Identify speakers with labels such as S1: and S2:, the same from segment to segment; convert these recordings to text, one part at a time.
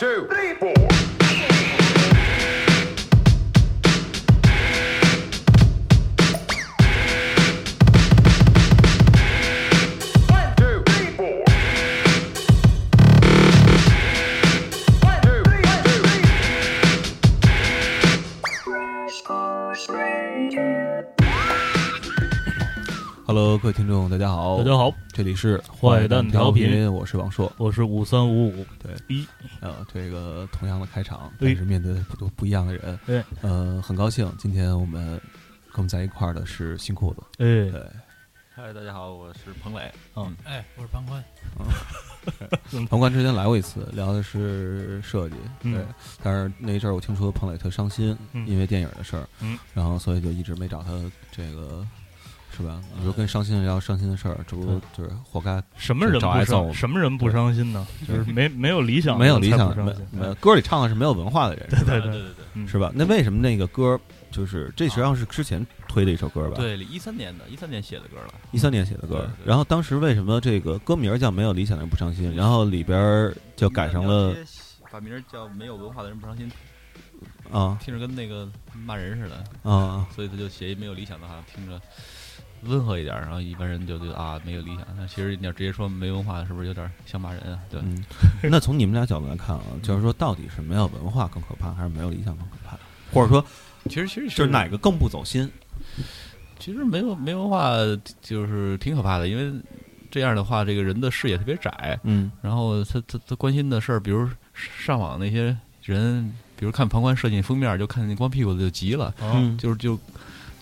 S1: two, three, four. One, two, three, four. One, two, three, two.
S2: 哈喽，各位听众，大家好，
S3: 大家好，
S2: 这里是
S3: 坏蛋调频
S2: 我是王硕。
S3: 我是五三五五，
S2: 对
S3: 一
S2: 呃，这个同样的开场，
S3: 对
S2: 但是面对不同不一样的人，
S3: 对，
S2: 呃，很高兴今天我们跟我们在一块儿的是新裤子，
S3: 哎，嗯
S2: 对，嗯
S4: 嗨，大家好，我是彭磊。
S5: 哎，我是庞宽，
S2: 彭嗯冠之前来过一次，聊的是设计，对，
S3: 嗯
S2: 但是那一阵儿我听说彭磊特伤心，
S3: 嗯
S2: 因为电影的事儿，
S3: 嗯，
S2: 然后所以就一直没找他这个。是吧？你说跟伤心人聊伤心的事儿，这不就是活该？
S3: 什么人
S2: 找挨
S3: 不
S2: 揍
S3: 伤？什么人不伤心呢？
S2: 对
S3: 就是没没有理想的
S2: 没有
S3: 人
S2: 理
S3: 才不
S2: 想
S3: 伤，心，
S2: 没没有歌里唱的是没有文化的人，
S3: 对对
S4: 啊对
S3: 对，
S4: 对对，
S3: 嗯
S2: 是吧？那为什么那个歌就是这实际上是之前推的一首歌吧？，
S4: 对，一三年的，一三年写的歌了。
S2: 一三年写的歌
S4: 对。对
S2: 然后当时为什么这个歌名叫《没有理想的人不伤心》，然后里边儿就改成了，
S4: 把名儿叫“没有文化的人不伤心
S2: 啊”，
S4: 听着跟那个骂人似的，
S2: 啊
S4: 所以他就写一没有理想的，好像听着温和一点儿，然后一般人就觉得啊没有理想。那其实你要直接说没文化，是不是有点像骂人啊？对，
S2: 嗯。那从你们俩角度来看啊，就是说到底是没有文化更可怕，还是没有理想更可怕？或者说，
S4: 其实其实
S2: 就是哪？个更不走心？
S4: 其实没有没文化就是挺可怕的，因为这样的话，这个人的视野特别窄。
S2: 嗯
S4: 然后他他他关心的事儿，比如上网那些人，比如看旁观设计封面，就看见光屁股的就急了，
S3: 啊
S2: 嗯
S4: 就是就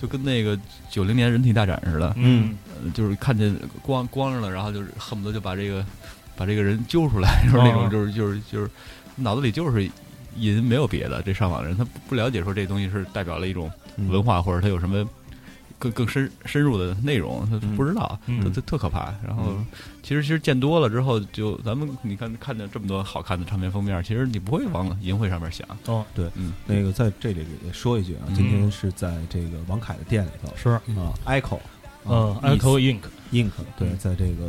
S4: 就跟那个九零年人体大展似的，
S3: 嗯，
S4: 呃就是看见光光着了，然后就是恨不得就把这个把这个人揪出来，就是那种
S3: 哦
S4: 就是就是就是脑子里就是淫，没有别的。这上网的人他不不了解说这东西是代表了一种
S2: 嗯
S4: 文化，或者他有什么。更更深深入的内容，他
S2: 嗯
S4: 不知道，
S3: 嗯
S4: 他他特可怕。然后
S2: 嗯
S4: 其实其实见多了之后就，咱们你看看见这么多好看的唱片封面，其实你不会往淫秽上面想。
S3: 哦，
S2: 对
S4: 嗯，
S2: 那个在这里也说一句啊，
S4: 嗯
S2: 今天是在这个王凯的店里头
S3: 是，
S2: 啊，Echo，
S3: 嗯，Echo Inc，
S2: Ink，对，在这个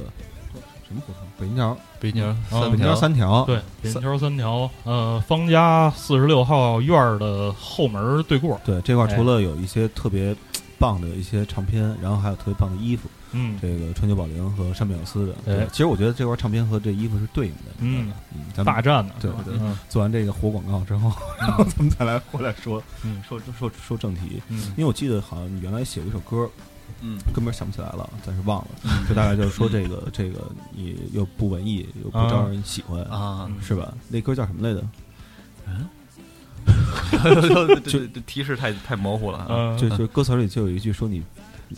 S2: 什么胡同？北京桥，
S4: 啊北京
S3: 三
S2: 北京桥三条，
S3: 对，扁条三条，呃，方家四十六号院儿的后门儿对过，
S2: 对，这块儿
S3: 哎
S2: 除了有一些特别棒的一些唱片，然后还有特别棒的衣服，
S3: 嗯
S2: 这个川久保玲和山本耀司的。对
S3: 哎
S2: 其实我觉得这块儿唱片和这衣服是对应的。
S3: 嗯，
S2: 嗯，咱
S3: 大
S2: 们
S3: 战呢，
S2: 对
S3: 是吧
S2: 对
S3: 嗯
S2: 做完这个活广告之后， 然后咱们再来回来说
S3: 嗯
S2: 说说说正题。
S3: 嗯
S2: 因为我记得好像你原来写过一首歌，
S4: 嗯，
S2: 根本想不起来了，但是忘了，就大概就是说这个这个你又不文艺又不招人喜欢，
S3: 嗯
S4: 啊，
S2: 嗯是吧？那歌叫什么来着？
S4: 这这提示太太模糊了啊。
S3: 呃，
S2: 就就歌词里就有一句说你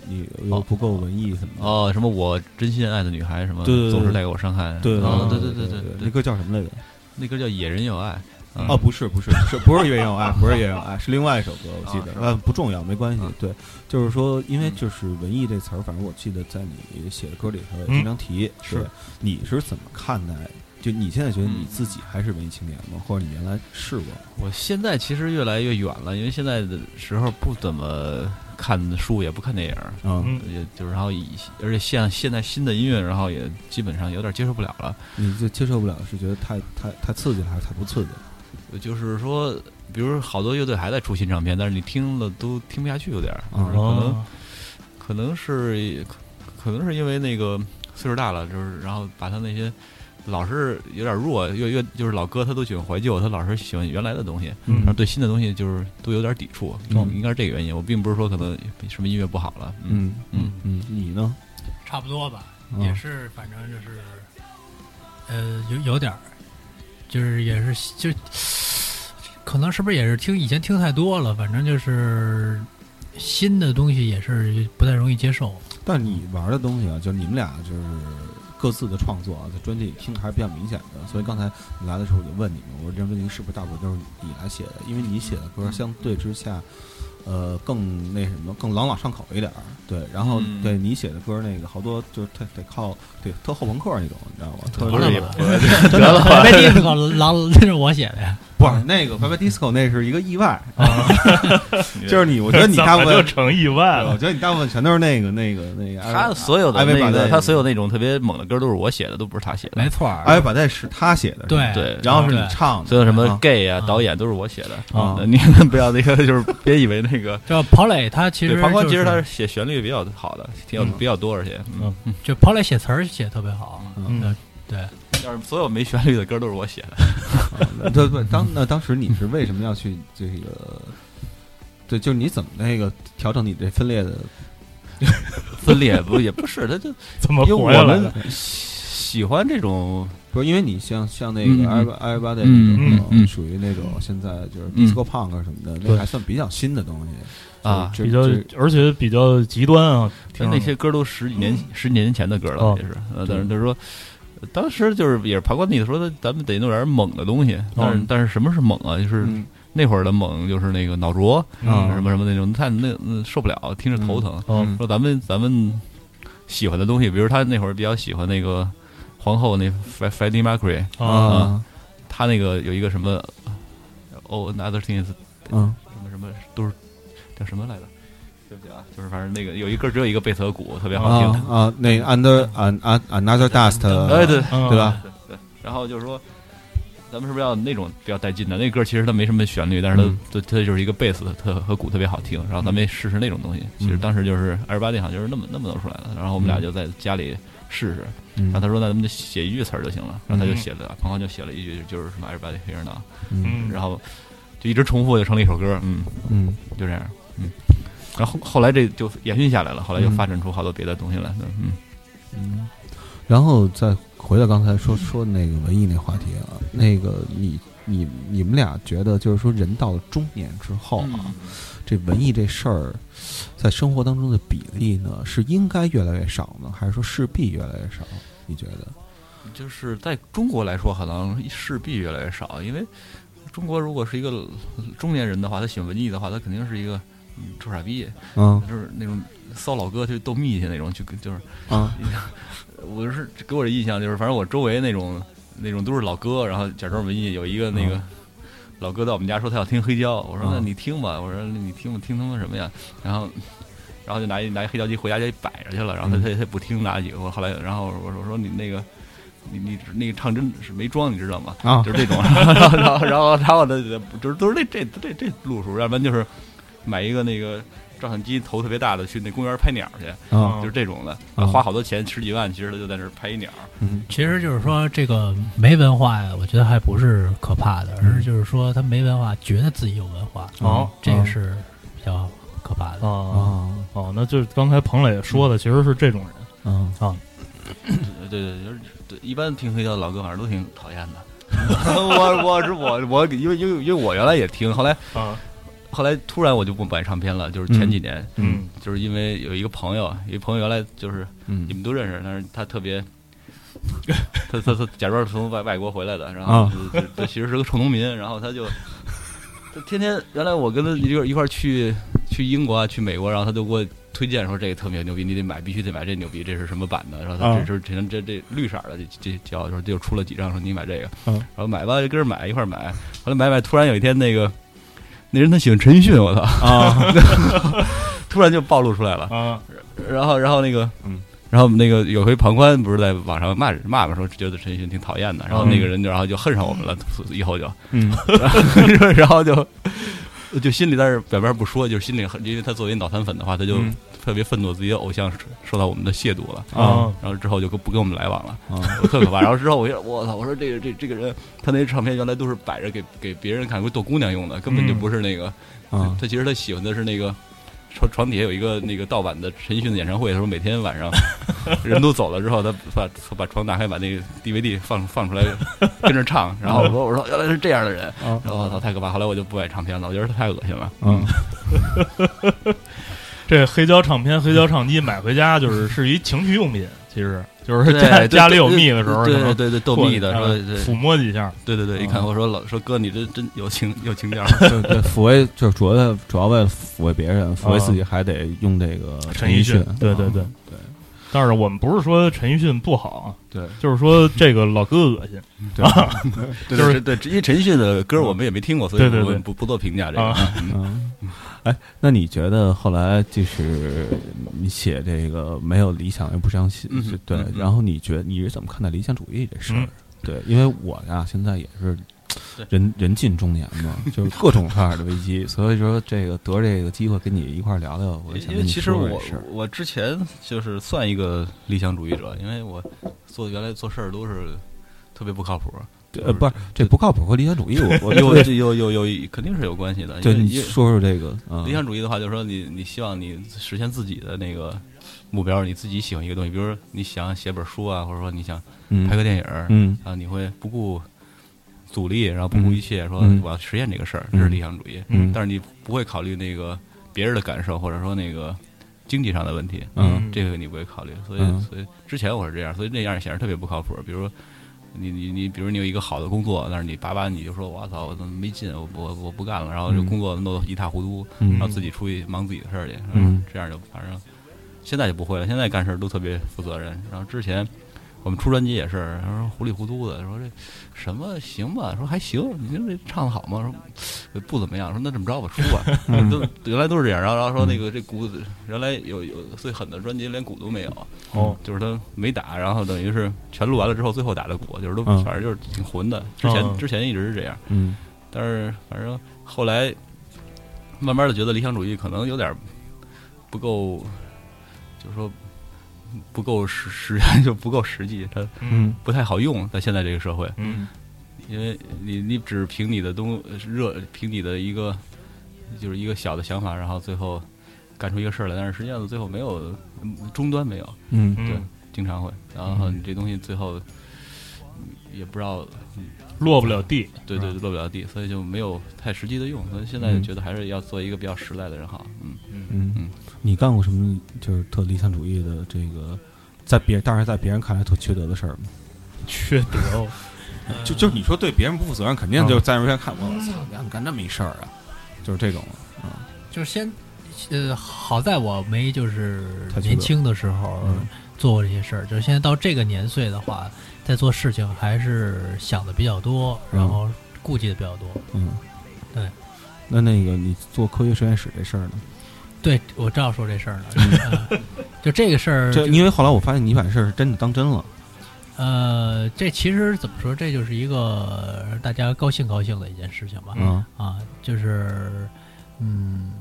S2: 你又不够文艺什么的。
S4: 哦，什么我真心爱的女孩，什么
S2: 对对对
S4: 总是带给我伤害。
S2: 对
S4: 哦对
S2: 对
S4: 对
S2: 对
S4: 对
S2: 那歌叫什么来着？
S4: 那歌叫《野人有爱》啊。
S2: 哦，不是不是是不是《月有爱》，不是《月有爱》，是另外一首歌，我记
S4: 啊
S2: 得
S4: 是。吧
S2: 呃，不重要，没关系
S4: 啊。
S2: 对，就是说，因为
S4: 嗯
S2: 就是文艺这词儿，反正我记得在你写的歌里头
S4: 嗯
S2: 也经常提。
S3: 是
S2: 对，你是怎么看待？就你现在觉得你
S4: 嗯
S2: 自己还是文艺青年吗？或者你原来是过吗？
S4: 我现在其实越来越远了，因为现在的时候不怎么看书，也不看电影儿，
S2: 啊，
S3: 嗯
S4: 也就是然后以而且像现在新的音乐，然后也基本上有点接受不了了。
S2: 你就接受不了，是觉得太太太刺激了，还是太不刺激了？
S4: 就是说，比如好多乐队还在出新唱片，但是你听了都听不下去，有点儿，
S2: 啊
S4: 就是可能
S3: 哦
S4: 可能是可可能是因为那个岁数大了，就是然后把他那些老是有点弱，越越就是老歌他都喜欢怀旧，他老是喜欢原来的东西，然后
S3: 嗯
S4: 对新的东西就是都有点抵触，
S2: 嗯
S4: 应该是这个原因。我并不是说可能什么音乐不好了，嗯
S2: 嗯
S4: 嗯
S2: 嗯，你呢？
S5: 差不多吧，
S2: 啊
S5: 也是，反正就是，呃，有有点儿，就是也是就，可能是不是也是听以前听太多了，反正就是呃新的东西也是不太容易接受。
S2: 但你玩的东西啊，就是你们俩就是各自的创作啊，在专辑里听还是比较明显的。所以刚才你来的时候，我就问你们，我说这专辑是不是大部分都是你来写的？因为你写的歌相对之下，呃，更那什么，更朗朗上口一点儿。对，然后、
S4: 嗯
S2: 对你写的歌，那个好多就是特得靠对特后朋克那种，你知道吗？特
S5: 完了
S2: 别
S5: 吧，真的，麦蒂斯朗那是我写的呀，
S2: 不是那个 Baby Disco，那是一个意外，就是你，我觉得 你
S3: 怎
S2: 大部
S3: 么就
S2: 分，
S3: 成意外
S2: 我
S3: 了。
S2: 觉得你大部分全都是那个那个那个。
S4: 他所有的
S2: 艾薇
S4: 那
S2: 把
S4: 个，
S2: 那
S4: 他所有那种特别猛的歌都是我写的，都不是他写的
S5: 没。错儿，
S2: 艾薇把那是他写的，是吧
S5: 对
S4: 对
S2: 然后是你
S5: 对
S2: 唱的，
S4: 所有什么
S2: 哎啊
S4: gay 啊
S5: 啊，
S4: 导演都是我写的。嗯
S2: 啊
S4: 你们不要那个，就是别以为那个。
S5: 就彭磊哎他其实
S4: 对，庞宽
S5: 就
S4: 其实他
S5: 是
S4: 是写旋律比较好的，挺有
S2: 嗯
S4: 比较多，而且嗯，
S5: 就彭磊写词儿写得特别好，
S2: 啊
S3: 嗯，
S5: 对，
S4: 要是所有没旋律的歌都是我写的。
S2: 嗯对对对，当那当时你是为什么要去这个？对，就是你怎么那个调整你这分裂的？
S4: 分裂不也不是，他就
S3: 怎么
S4: 因为
S3: 活下
S4: 我
S3: 来
S4: 们
S3: 的？
S4: 喜欢这种
S2: 不是因为你像像那
S4: 嗯嗯
S2: 个
S4: 嗯
S2: 艾艾巴的
S4: 嗯
S2: 那
S4: 嗯嗯
S2: 种，属于那种现在就是
S4: 嗯
S2: disco punk 啊什么的，那
S3: 对
S2: 还算比较新的东西
S4: 啊，
S2: 就
S3: 比较
S2: 就，
S3: 而且比较极端啊，
S4: 但
S3: 听着
S4: 那些歌都十几年、十几年前的歌了，
S3: 哦
S4: 也是。呃，但是就是说，当时就是也是爬关帝说的，咱们得弄点猛的东西。但是、但是什么是猛啊？就是
S2: 嗯
S4: 那会儿的猛，就是那个脑浊、
S3: 嗯
S4: 什么什么那种，他那那受不了，听着头疼。
S3: 嗯
S4: 说咱们咱们喜欢的东西，比如他那会儿比较喜欢那个皇后那 Fre- Freddie Mercury，
S3: 啊，
S4: 他那个有一个什么 Oh Another Thing Is
S2: 嗯
S4: 什么什么都是叫什么来着？对不起啊，就是反正那个有一歌只有一个贝斯和鼓，特别
S2: 啊
S4: 好听。
S2: 啊，那 under an an another dust，啊
S4: 哎，对，
S3: 嗯
S2: 对？吧？
S4: 对对。然后就是说，咱们是不是要那种比较带劲的？那歌其实它没什么旋律，但是它、
S2: 嗯
S4: 它它就是一个贝斯特和鼓特别好听。然后咱们也试试那种东西。其实
S2: 嗯
S4: 当时就是二十八好像就是那么那么弄出来的。然后我们俩就在家里试试。
S2: 嗯
S4: 然后他说：“那咱们就写一句词儿就行了。”然后他就写了，庞康就写了一句，就是什么 “everybody here now”，
S2: 嗯
S3: 嗯，
S4: 然后就一直重复，就成了一首歌。嗯，
S2: 嗯，
S4: 就这样。嗯，然后后来这就延续下来了，后来又
S2: 嗯
S4: 发展出好多别的东西来。嗯，
S2: 然后再回到刚才说说那个文艺那话题啊，那个你你你们俩觉得就是说人到了中年之后
S4: 嗯
S2: 啊，这文艺这事儿在生活当中的比例呢，是应该越来越少呢，还是说势必越来越少？你觉得？
S4: 就是在中国来说，可能势必越来越少，因为中国如果是一个中年人的话，他喜欢文艺的话，他肯定是一个嗯臭傻逼，
S2: 嗯
S4: 就是那种骚老哥去逗蜜去那种，就就是
S2: 啊
S4: 我是给我的印象就是，反正我周围那种那种都是老哥，然后假装文艺，有一个那个。老哥到我们家说他要听黑胶，我说
S2: 嗯
S4: 那你听吧，我说你听吧，听他妈什么呀？然后，然后就拿一拿一黑胶机回家就摆着去了，然后
S2: 嗯
S4: 他他他不听拿几个，我后来然后我说我说你那个你你那个唱真是没装，你知道吗？
S2: 啊
S4: 就是这种， 然后然后然后然后呢，就是都是这这这这路数，要不然就是买一个那个照相机头特别大的去那公园拍鸟去，
S2: 啊
S4: 就是这种的，
S2: 嗯
S4: 花好多钱十几万，其实他就在那儿拍一鸟。
S2: 嗯
S5: 其实就是说这个没文化呀，我觉得还不是可怕的，而是就是说他没文化，觉得自己有文化，
S3: 哦
S5: 这个是比较可怕的。
S3: 啊
S2: 啊
S3: 哦，那就是刚才彭磊说的，其实是这种人。
S2: 啊！
S4: 对对对，就是对一般听黑胶的老歌，反正都挺讨 厌的。我我是我我因为因为因为我原来也听，后来
S3: 啊，
S4: 后来突然我就不买唱片了，就是前几年，
S3: 嗯
S4: 就是因为有一个朋友，有一朋友原来就是你
S2: 嗯
S4: 们都认识，但是他特 别，他他他假装是从外外国回来的，然后
S2: 啊
S4: 就就就其实是个臭农民，然后他就他天天原来我跟他一块一块去去英国啊，去美国，然后他就给我推荐说这个特别牛逼，你得买，必须得买这牛逼，这是什么版的？然后他
S3: 啊
S4: 这是这这这绿色的，这这叫说就出了几张，说你买这个，
S2: 啊
S3: 嗯
S4: 然后买吧就跟着买一块儿买，后来买买，突然有一天那个那人他喜欢陈奕迅，我操，
S2: 啊
S4: 突然就暴露出来了。
S3: 啊
S4: 然后，然后那个，
S2: 嗯，
S4: 然后那个有回庞宽不是在网上骂人骂嘛，说觉得陈奕迅挺讨厌的，然后那个人就然后就恨上我们了，以后就，
S2: 嗯
S4: 然后就就心里但是表面不说，就是心里很，因为他作为脑残粉的话，他就
S2: 嗯
S4: 特别愤怒自己的偶像受到我们的亵渎了，
S2: 啊
S3: 啊
S4: 然后之后就不跟我们来往了，
S2: 啊！
S4: 我特可怕。然后之后我就我操，我说这个这这个人，他那唱片原来都是摆着给给别人看，给逗姑娘用的，根本就
S2: 嗯
S4: 不是那个。
S2: 啊
S4: 他其实他喜欢的是那个床床底下有一个那个盗版的陈奕迅的演唱会，他说每天晚 上人都走了之后，他把他把床打开，把那个 DVD 放放出来，跟着唱。然后我说我说原来是这样的人，
S2: 啊
S4: 然后我操太可怕。后来我就不买唱片了，我觉得他太恶心了。
S2: 嗯
S3: 这黑胶唱片、黑胶唱机买回家就是 是一情趣用品，其实 就是
S4: 对
S3: 家
S4: 对
S3: 家里有
S4: 对
S3: 蜜的时候，
S4: 对对对对，逗
S3: 过去
S4: 蜜的，
S3: 啊
S4: 说对
S3: 抚摸几下，
S4: 对对对，一看
S3: 嗯
S4: 我说老说哥你这真有情有情调。
S2: 对对，抚慰就是主要为
S4: 啊
S2: 主要为了抚慰别人，抚慰自己还得用这个
S3: 陈
S2: 奕
S3: 迅，对对
S2: 啊
S3: 对，但是我们不是说陈奕迅不好啊，
S4: 对，
S3: 就是说这个老哥恶心。 就
S4: 对
S3: 是
S4: 对对，对因为陈奕迅的歌我们也没听过，所以
S3: 对对
S4: 我们
S3: 对
S4: 不不做评价这个
S3: 啊。
S4: 嗯
S2: 嗯，哎，那你觉得后来就是你写这个没有理想又不相信，
S4: 嗯
S2: 是对
S4: 嗯，嗯
S2: 然后你觉得你是怎么看待理想主义这事儿
S3: 嗯？
S2: 对，因为我呀现在也是
S4: 对
S2: 人人近中年嘛，就是各种各样的危机，所以说这个得这个机会跟你一块儿聊聊，我想
S4: 因
S2: 跟
S4: 为
S2: 你
S4: 其实
S2: 说
S4: 我
S2: 这事儿。
S4: 我之前就是算一个理想主义者，因为我做原来做事儿都是特别不靠谱，
S2: 对呃，不是这不靠谱和理想主义， 我我
S4: 有
S2: 对
S4: 有有有肯定是有关系的。
S2: 对
S4: 因为
S2: 你
S4: 因为
S2: 说说这个，嗯
S4: 理想主义的话，就是说你你希望你实现自己的那个目标，你自己喜欢一个东西，比如说你想写本书啊，或者说你想
S2: 嗯
S4: 拍个电影，
S2: 嗯
S4: 啊，你会不顾阻力，然后不顾一切，说
S2: 嗯
S4: 我要实现这个事儿，这
S2: 嗯
S4: 是理想主义。
S2: 嗯
S4: 但是你不会考虑那个别人的感受，或者说那个经济上的问题，
S2: 嗯
S4: 这个你不会考虑。所以，
S2: 嗯
S4: 所以之前我是这样，所以那样显然特别不靠谱。比如。你你你，比如你有一个好的工作，但是你叭叭你就说，我操，我怎么没劲，我我我不干了，然后这
S2: 嗯
S4: 工作弄得一塌糊涂，然后
S2: 嗯
S4: 自己出去忙自己的事儿去，
S2: 嗯，
S4: 这样就反正现在就不会了，现在干事儿都特别负责任。然后之前我们出专辑也是，然后糊里糊涂的，说这什么行吧，说还行，你这这唱的好吗？说呃不怎么样，说那这么着吧，出 吧，
S2: 嗯
S4: 都原来都是这样。然后然后说那个这鼓，原来有有最狠的专辑连鼓都没有，
S3: 哦，
S4: 就是他没打，然后等于是全录完了之后最后打的鼓，就是都
S2: 嗯哦
S4: 反正就是挺混的。之前
S3: 嗯
S4: 之前一直是这样。
S2: 嗯
S4: 但是反正后来慢慢的觉得理想主义可能有点不够，就是说不够实实就不够实际，它
S2: 嗯
S4: 不太好用，在现在这个社会，
S3: 嗯
S4: 因为你你只凭你的东热，凭你的一个就是一个小的想法，然后最后干出一个事儿来，但是实际上最后没有嗯终端没有，
S2: 嗯
S3: 嗯，
S4: 对经常会，然后你这东西最后嗯也不知道
S3: 落不了地。
S4: 对对，落不了地，所以就没有太实际的用。所以现在
S2: 嗯
S4: 觉得还是要做一个比较实在的人好。嗯，
S2: 嗯，你干过什么就是特理想主义的这个，在别但是在别人看来特缺德的事儿吗？
S3: 缺德哦，
S2: 就就是你说对别人不负责任，肯定就是在人家看我，我操，你怎么干这么一事儿啊？就是这种，
S5: 就是先，呃，好在我没就是
S2: 太
S5: 年轻的时候
S2: 嗯
S5: 做过这些事儿，就是现在到这个年岁的话，在做事情还是想的比较多，
S2: 嗯
S5: 然后顾忌的比较多。
S2: 嗯，
S5: 对。
S2: 那那个你做科学实验室这事儿呢？
S5: 对，我正要说这事儿呢，呃就这个事儿，
S2: 这
S5: 就
S2: 因为后来我发现你把这事儿真的当真了，
S5: 呃，这其实怎么说，这就是一个大家高兴高兴的一件事情吧。
S2: 啊，
S5: 啊，就是，嗯，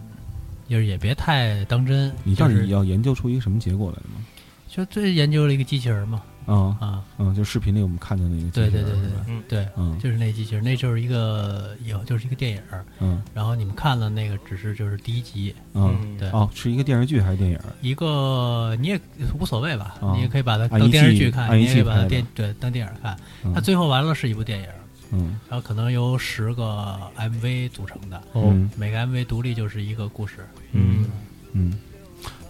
S5: 就是也别太当真。
S2: 你
S5: 就
S2: 到
S5: 是
S2: 底要研究出一个什么结果来了吗？
S5: 就最研究了一个机器人嘛，
S2: 啊
S5: 啊，
S2: 嗯，就视频里我们看见那个，
S5: 对对对对，对，
S2: 嗯
S5: 就是那机器人，那就是一个以后就是一个电影儿，
S2: 嗯
S5: 然后你们看了那个只是就是第一集，
S2: 嗯，
S5: 对，
S2: 哦，是一个电视剧还是电影？
S5: 一个你也无所谓吧，
S2: 啊
S5: 你也可以把它
S2: 按一
S5: 当
S2: 季
S5: 电视剧看，
S2: 按一
S5: 你也可
S2: 季
S5: 以把它
S2: 拍的
S5: 电对当电影儿看，
S2: 嗯
S5: 它最后完了是一部电影儿，
S2: 嗯
S5: 然后可能由十个 MV 组成的，
S2: 嗯
S5: 每个 MV 独立就是一个故事，
S2: 嗯。嗯，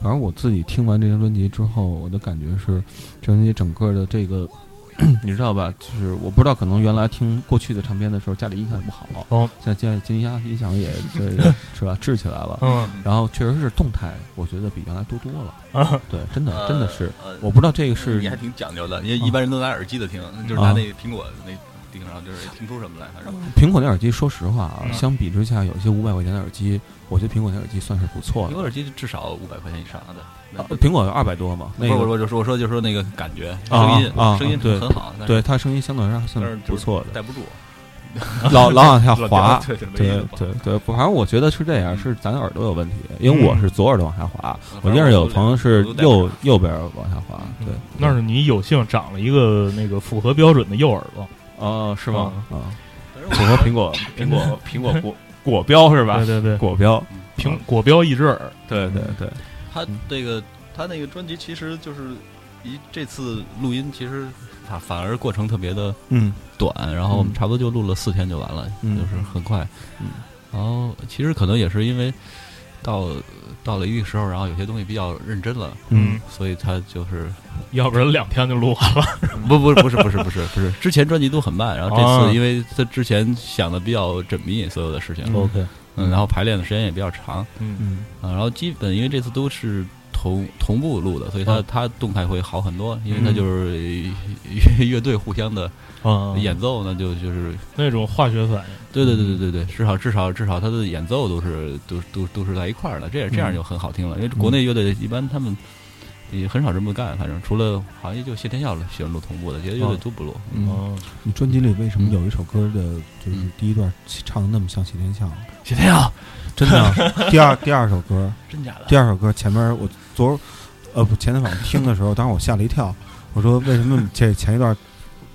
S2: 反正我自己听完这张专辑之后，我的感觉是，这张专辑整个的这个， 你知道吧？就是我不知道，可能原来听过去的唱片的时候，家里音响不好，
S3: 哦
S2: 现在家里金音响也这个是吧，治起来了。
S3: 嗯
S2: 然后确实是动态，我觉得比原来多多了。
S3: 啊，
S2: 对，真的真的是，
S4: 呃
S2: 我不知道这个是
S4: 你还挺讲究的，因为
S2: 啊
S4: 一般人都拿耳机的听，就是拿
S2: 啊
S4: 那苹果那听，然后就是听不出什么来，反正。
S2: 苹果的耳机。说实话啊，
S3: 嗯
S2: 相比之下，有一些五百块钱的耳机，我觉得苹果的耳机算是不错
S4: 苹
S2: 的
S4: 果。耳机至少五百块钱以上的。那
S2: 啊苹果二百多嘛，那
S4: 嗯不是我
S2: 个
S4: 我就说我说就说那个感觉
S2: 啊
S4: 声音
S2: 啊
S4: 声音
S2: 对
S4: 很好，但是
S2: 对它声音相对来说还
S4: 但
S2: 算
S4: 是
S2: 不错的。
S4: 带不住，
S2: 老老往下
S4: 老
S2: 滑，
S4: 对对
S2: 对对对，反正我觉得是这样，是咱耳朵有问题，因为我是左耳朵往下滑，啊我认识有朋友是右右边往下滑，对，
S3: 那是你有幸长了一个那个符合标准的右耳朵，
S2: 哦，是
S3: 吗？
S2: 啊，
S4: 反正
S2: 符合苹果苹果苹果果果标是吧
S3: 对？对对，
S2: 果标，
S4: 嗯
S3: 苹果标一只耳，
S2: 对对对，
S4: 他这个他那个专辑其实就是一这次录音其实反反而过程特别的
S2: 嗯
S4: 短，然后我们
S2: 嗯
S4: 差不多就录了四天就完了，
S2: 嗯
S4: 就是很快。
S2: 嗯
S4: 然后其实可能也是因为到到了一定时候，然后有些东西比较认真了，
S2: 嗯，
S4: 所以他就是
S3: 要不然两天就录完了。
S4: 不不不是不是不是不是，之前专辑都很慢，然后这
S3: 啊
S4: 次因为他之前想的比较缜密，所有
S2: 哦
S4: 的事情，嗯
S2: OK，
S4: 嗯，然后排练的时间也比较长，
S3: 嗯
S2: 嗯
S4: 啊，然后基本因为这次都是同同步录的，所以它
S3: 嗯
S4: 它动态会好很多，因为它
S3: 嗯
S4: 就是 乐乐队互相的
S3: 啊，
S2: 嗯
S4: 演奏呢，就就是
S3: 那种化学反应，
S4: 对对对对对对，至少至少至少他的演奏都是都都都是在一块儿的，这样这
S2: 嗯
S4: 样就很好听了。因为国内乐队一般他们也很少这么干，反正除了好像也就谢天笑喜欢录同步的，其他乐队
S3: 哦
S4: 都不录。
S2: 嗯，
S3: 嗯，
S2: 你专辑里为什么有一首歌的，就是
S4: 嗯
S2: 第一段唱的那么像谢天笑？
S4: 谢天笑
S2: 真的，第二第二首歌，
S4: 真假的？
S2: 第二首歌前面我昨儿，呃不前天晚上听的时候，当时我吓了一跳，我说为什么这前一段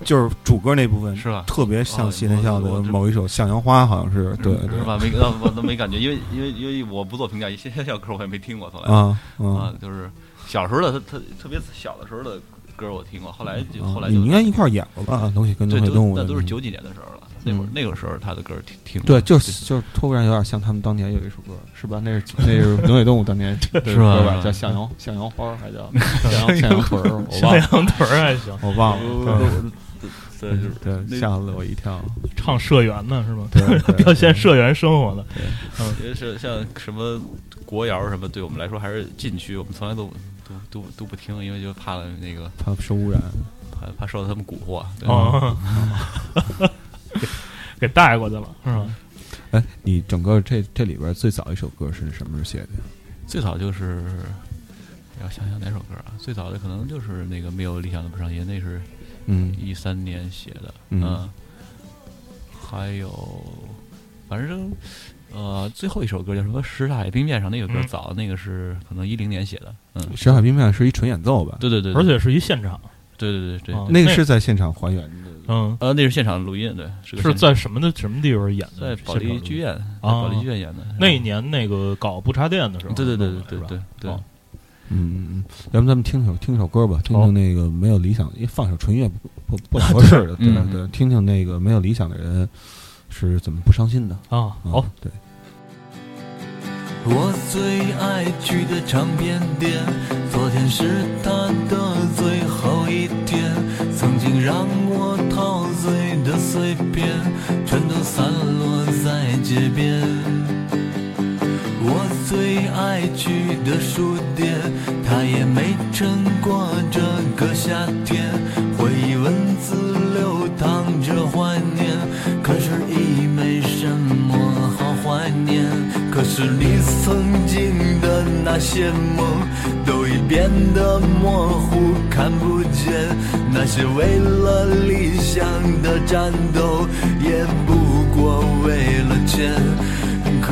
S2: 就是主歌那部分
S4: 是吧
S2: 特别像谢天笑的
S4: 哦我我
S2: 某一首《向阳花》，好像是对 对
S4: 是吧？没呃我都没感觉，因为因为因为我不做评价，谢天笑歌我也没听过，从来
S2: 啊
S4: 啊
S2: 啊，
S4: 就是小时候的他他特别小的时候的歌我听过，后来就后来
S2: 嗯你
S4: 就
S2: 们应该一块儿演过吧？东西跟
S4: 对
S2: 农
S4: 都
S2: 业动物
S4: 那都是
S2: 嗯
S4: 九几年的时候了，那会儿
S2: 嗯
S4: 那个时候他的歌听听
S2: 对，就是就是突然有点像他们当年有一首歌，是吧？那是那是农业动物当年
S4: 是吧
S2: 的歌
S4: 是
S2: 吧
S4: 吧？
S2: 叫向阳向阳花儿，还 叫向阳向阳腿儿，我
S3: 小
S2: 忘了，
S3: 羊腿儿还行，
S2: 我忘了。
S4: 对
S2: 对
S4: 就是
S2: 啊嗯对，
S4: 那
S2: 吓了我一跳。
S3: 唱社员呢是吗？
S2: 对对
S3: 表现社员生活的，
S4: 因为是像什么国谣什么，对我们来说还是禁区，我们从来都都都都不听，因为就怕了那个
S2: 怕受污染，
S4: 怕怕受到他们蛊惑。对
S3: 哦，给带过去了是吧？
S2: 哎，你整个这这里边最早一首歌是什么时候写的？
S4: 最早就是要想想哪首歌啊？最早的可能就是那个没有理想的不上街，那是
S2: 嗯
S4: 一三年写的，
S2: 嗯
S4: 还有反正呃最后一首歌叫什么《什刹海冰面上》那个歌
S3: 嗯
S4: 早，那个是可能一零年写的，嗯，
S2: 《神海冰面》是一纯演奏吧？
S4: 对对对，
S3: 而且是一现场，
S4: 对对对对，
S3: 啊
S2: 那个是在现场还原的。
S3: 嗯，
S4: 呃那是现场录音，对，是个
S3: 是
S4: 现
S3: 在什么的什么地方演
S4: 在
S3: 的？
S4: 保利剧院，在保利剧院演的。
S3: 那一年那个搞不插电的时候，
S4: 对对对对
S3: 是吧
S4: 对对
S3: 哦
S2: 嗯，嗯嗯，要不咱们听首听首歌吧，听
S3: 好
S2: 听那个没有理想，因为放首纯乐不不不合适的，对
S4: 嗯
S2: 对，听听那个没有理想的人是怎么不伤心的。
S3: 啊，
S2: 嗯
S3: 好，，
S2: 对，
S6: 我最爱去的唱片店，昨天是他的最后一天。曾经让我陶醉的碎片，全都散落在街边。我最爱去的书店，它也没撑过这个夏天。回忆文字流淌着怀念，可是已没什么好怀念。可是你曾经的那些梦，都已变得模糊，看不见。那些为了理想的战斗，也不过为了钱。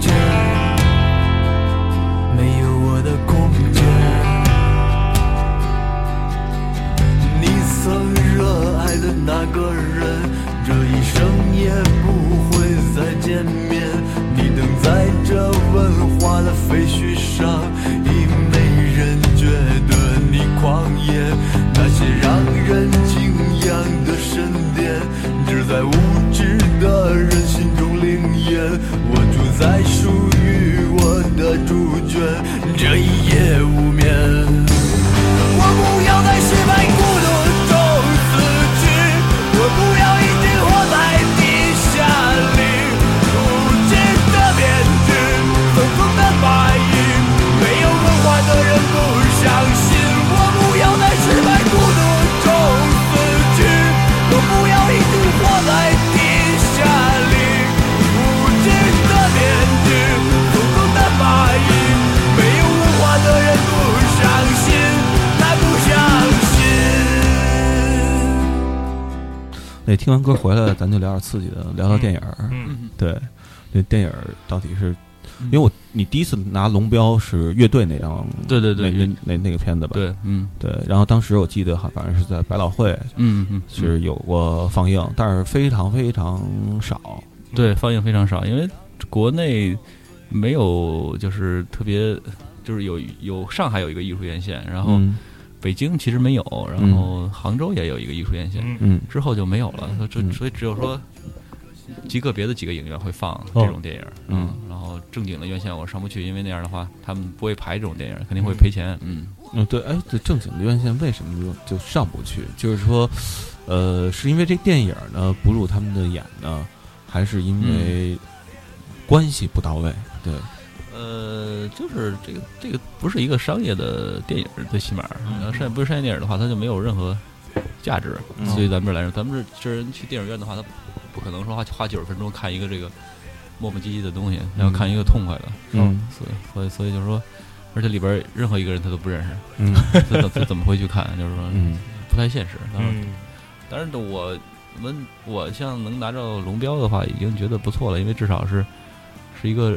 S6: 间，没有我的空间。你曾热爱的那个人，这一生也不会再见面。你等在这文化的废墟上，已没人觉得你狂野。那些让人敬仰的神殿，只在无知的人心中灵验。我住在属于我的猪圈，这一夜无眠。我不要在失败孤独中死去，我不要一直活在地下里，无知的面具，疯狂的蚂蚁，没有文化的人不相信。我不要在失败孤独中死去，我不要一直活在地下里，无知的面具，疯狂的蚂蚁，没有文化的人不相信。他不相信。
S2: 那听完歌回来，咱就聊点刺激的，聊聊电影儿。
S3: 嗯，
S2: 对，那电影儿到底是因为我你第一次拿龙标是乐队那张，
S4: 对对对
S2: 那那那那个片子吧？
S4: 对，嗯
S2: 对，然后当时我记得好，反正是在百老汇
S4: 嗯嗯，
S2: 是有过放映，但是非常非常少。
S4: 对放映非常少，因为国内没有就是特别。就是有有上海有一个艺术院线，然后
S2: 嗯
S4: 北京其实没有，然后杭州也有一个艺术院线，
S3: 嗯
S2: 嗯
S4: 之后就没有了。所以
S2: 嗯
S4: 所以只有说极个别的几个影院会放
S3: 哦
S4: 这种电影，
S2: 嗯，
S4: 然后正经的院线我上不去，因为那样的话他们不会排这种电影，肯定会赔钱，嗯，
S2: 嗯，对，哎，对，正经的院线为什么就就上不去？就是说，呃，是因为这电影呢不入他们的眼呢，还是因为关系不到位？对，嗯
S4: 呃，就是这个这个不是一个商业的电影，最起码，然后商业不是商业电影的话，它就没有任何价值，
S2: 嗯
S4: 所以咱们这来说，咱们这这人去电影院的话，他不可能说花花九十分钟看一个这个磨磨唧唧的东西，要看一个痛快的，
S2: 嗯
S4: 哦所以所以所以就是说，而且里边任何一个人他都不认识，
S2: 嗯
S4: 他怎他怎么会去看？就是说
S2: 嗯
S4: 不太现实。当然，
S3: 嗯
S4: 当然我们我像能拿着龙标的话，已经觉得不错了，因为至少是是一个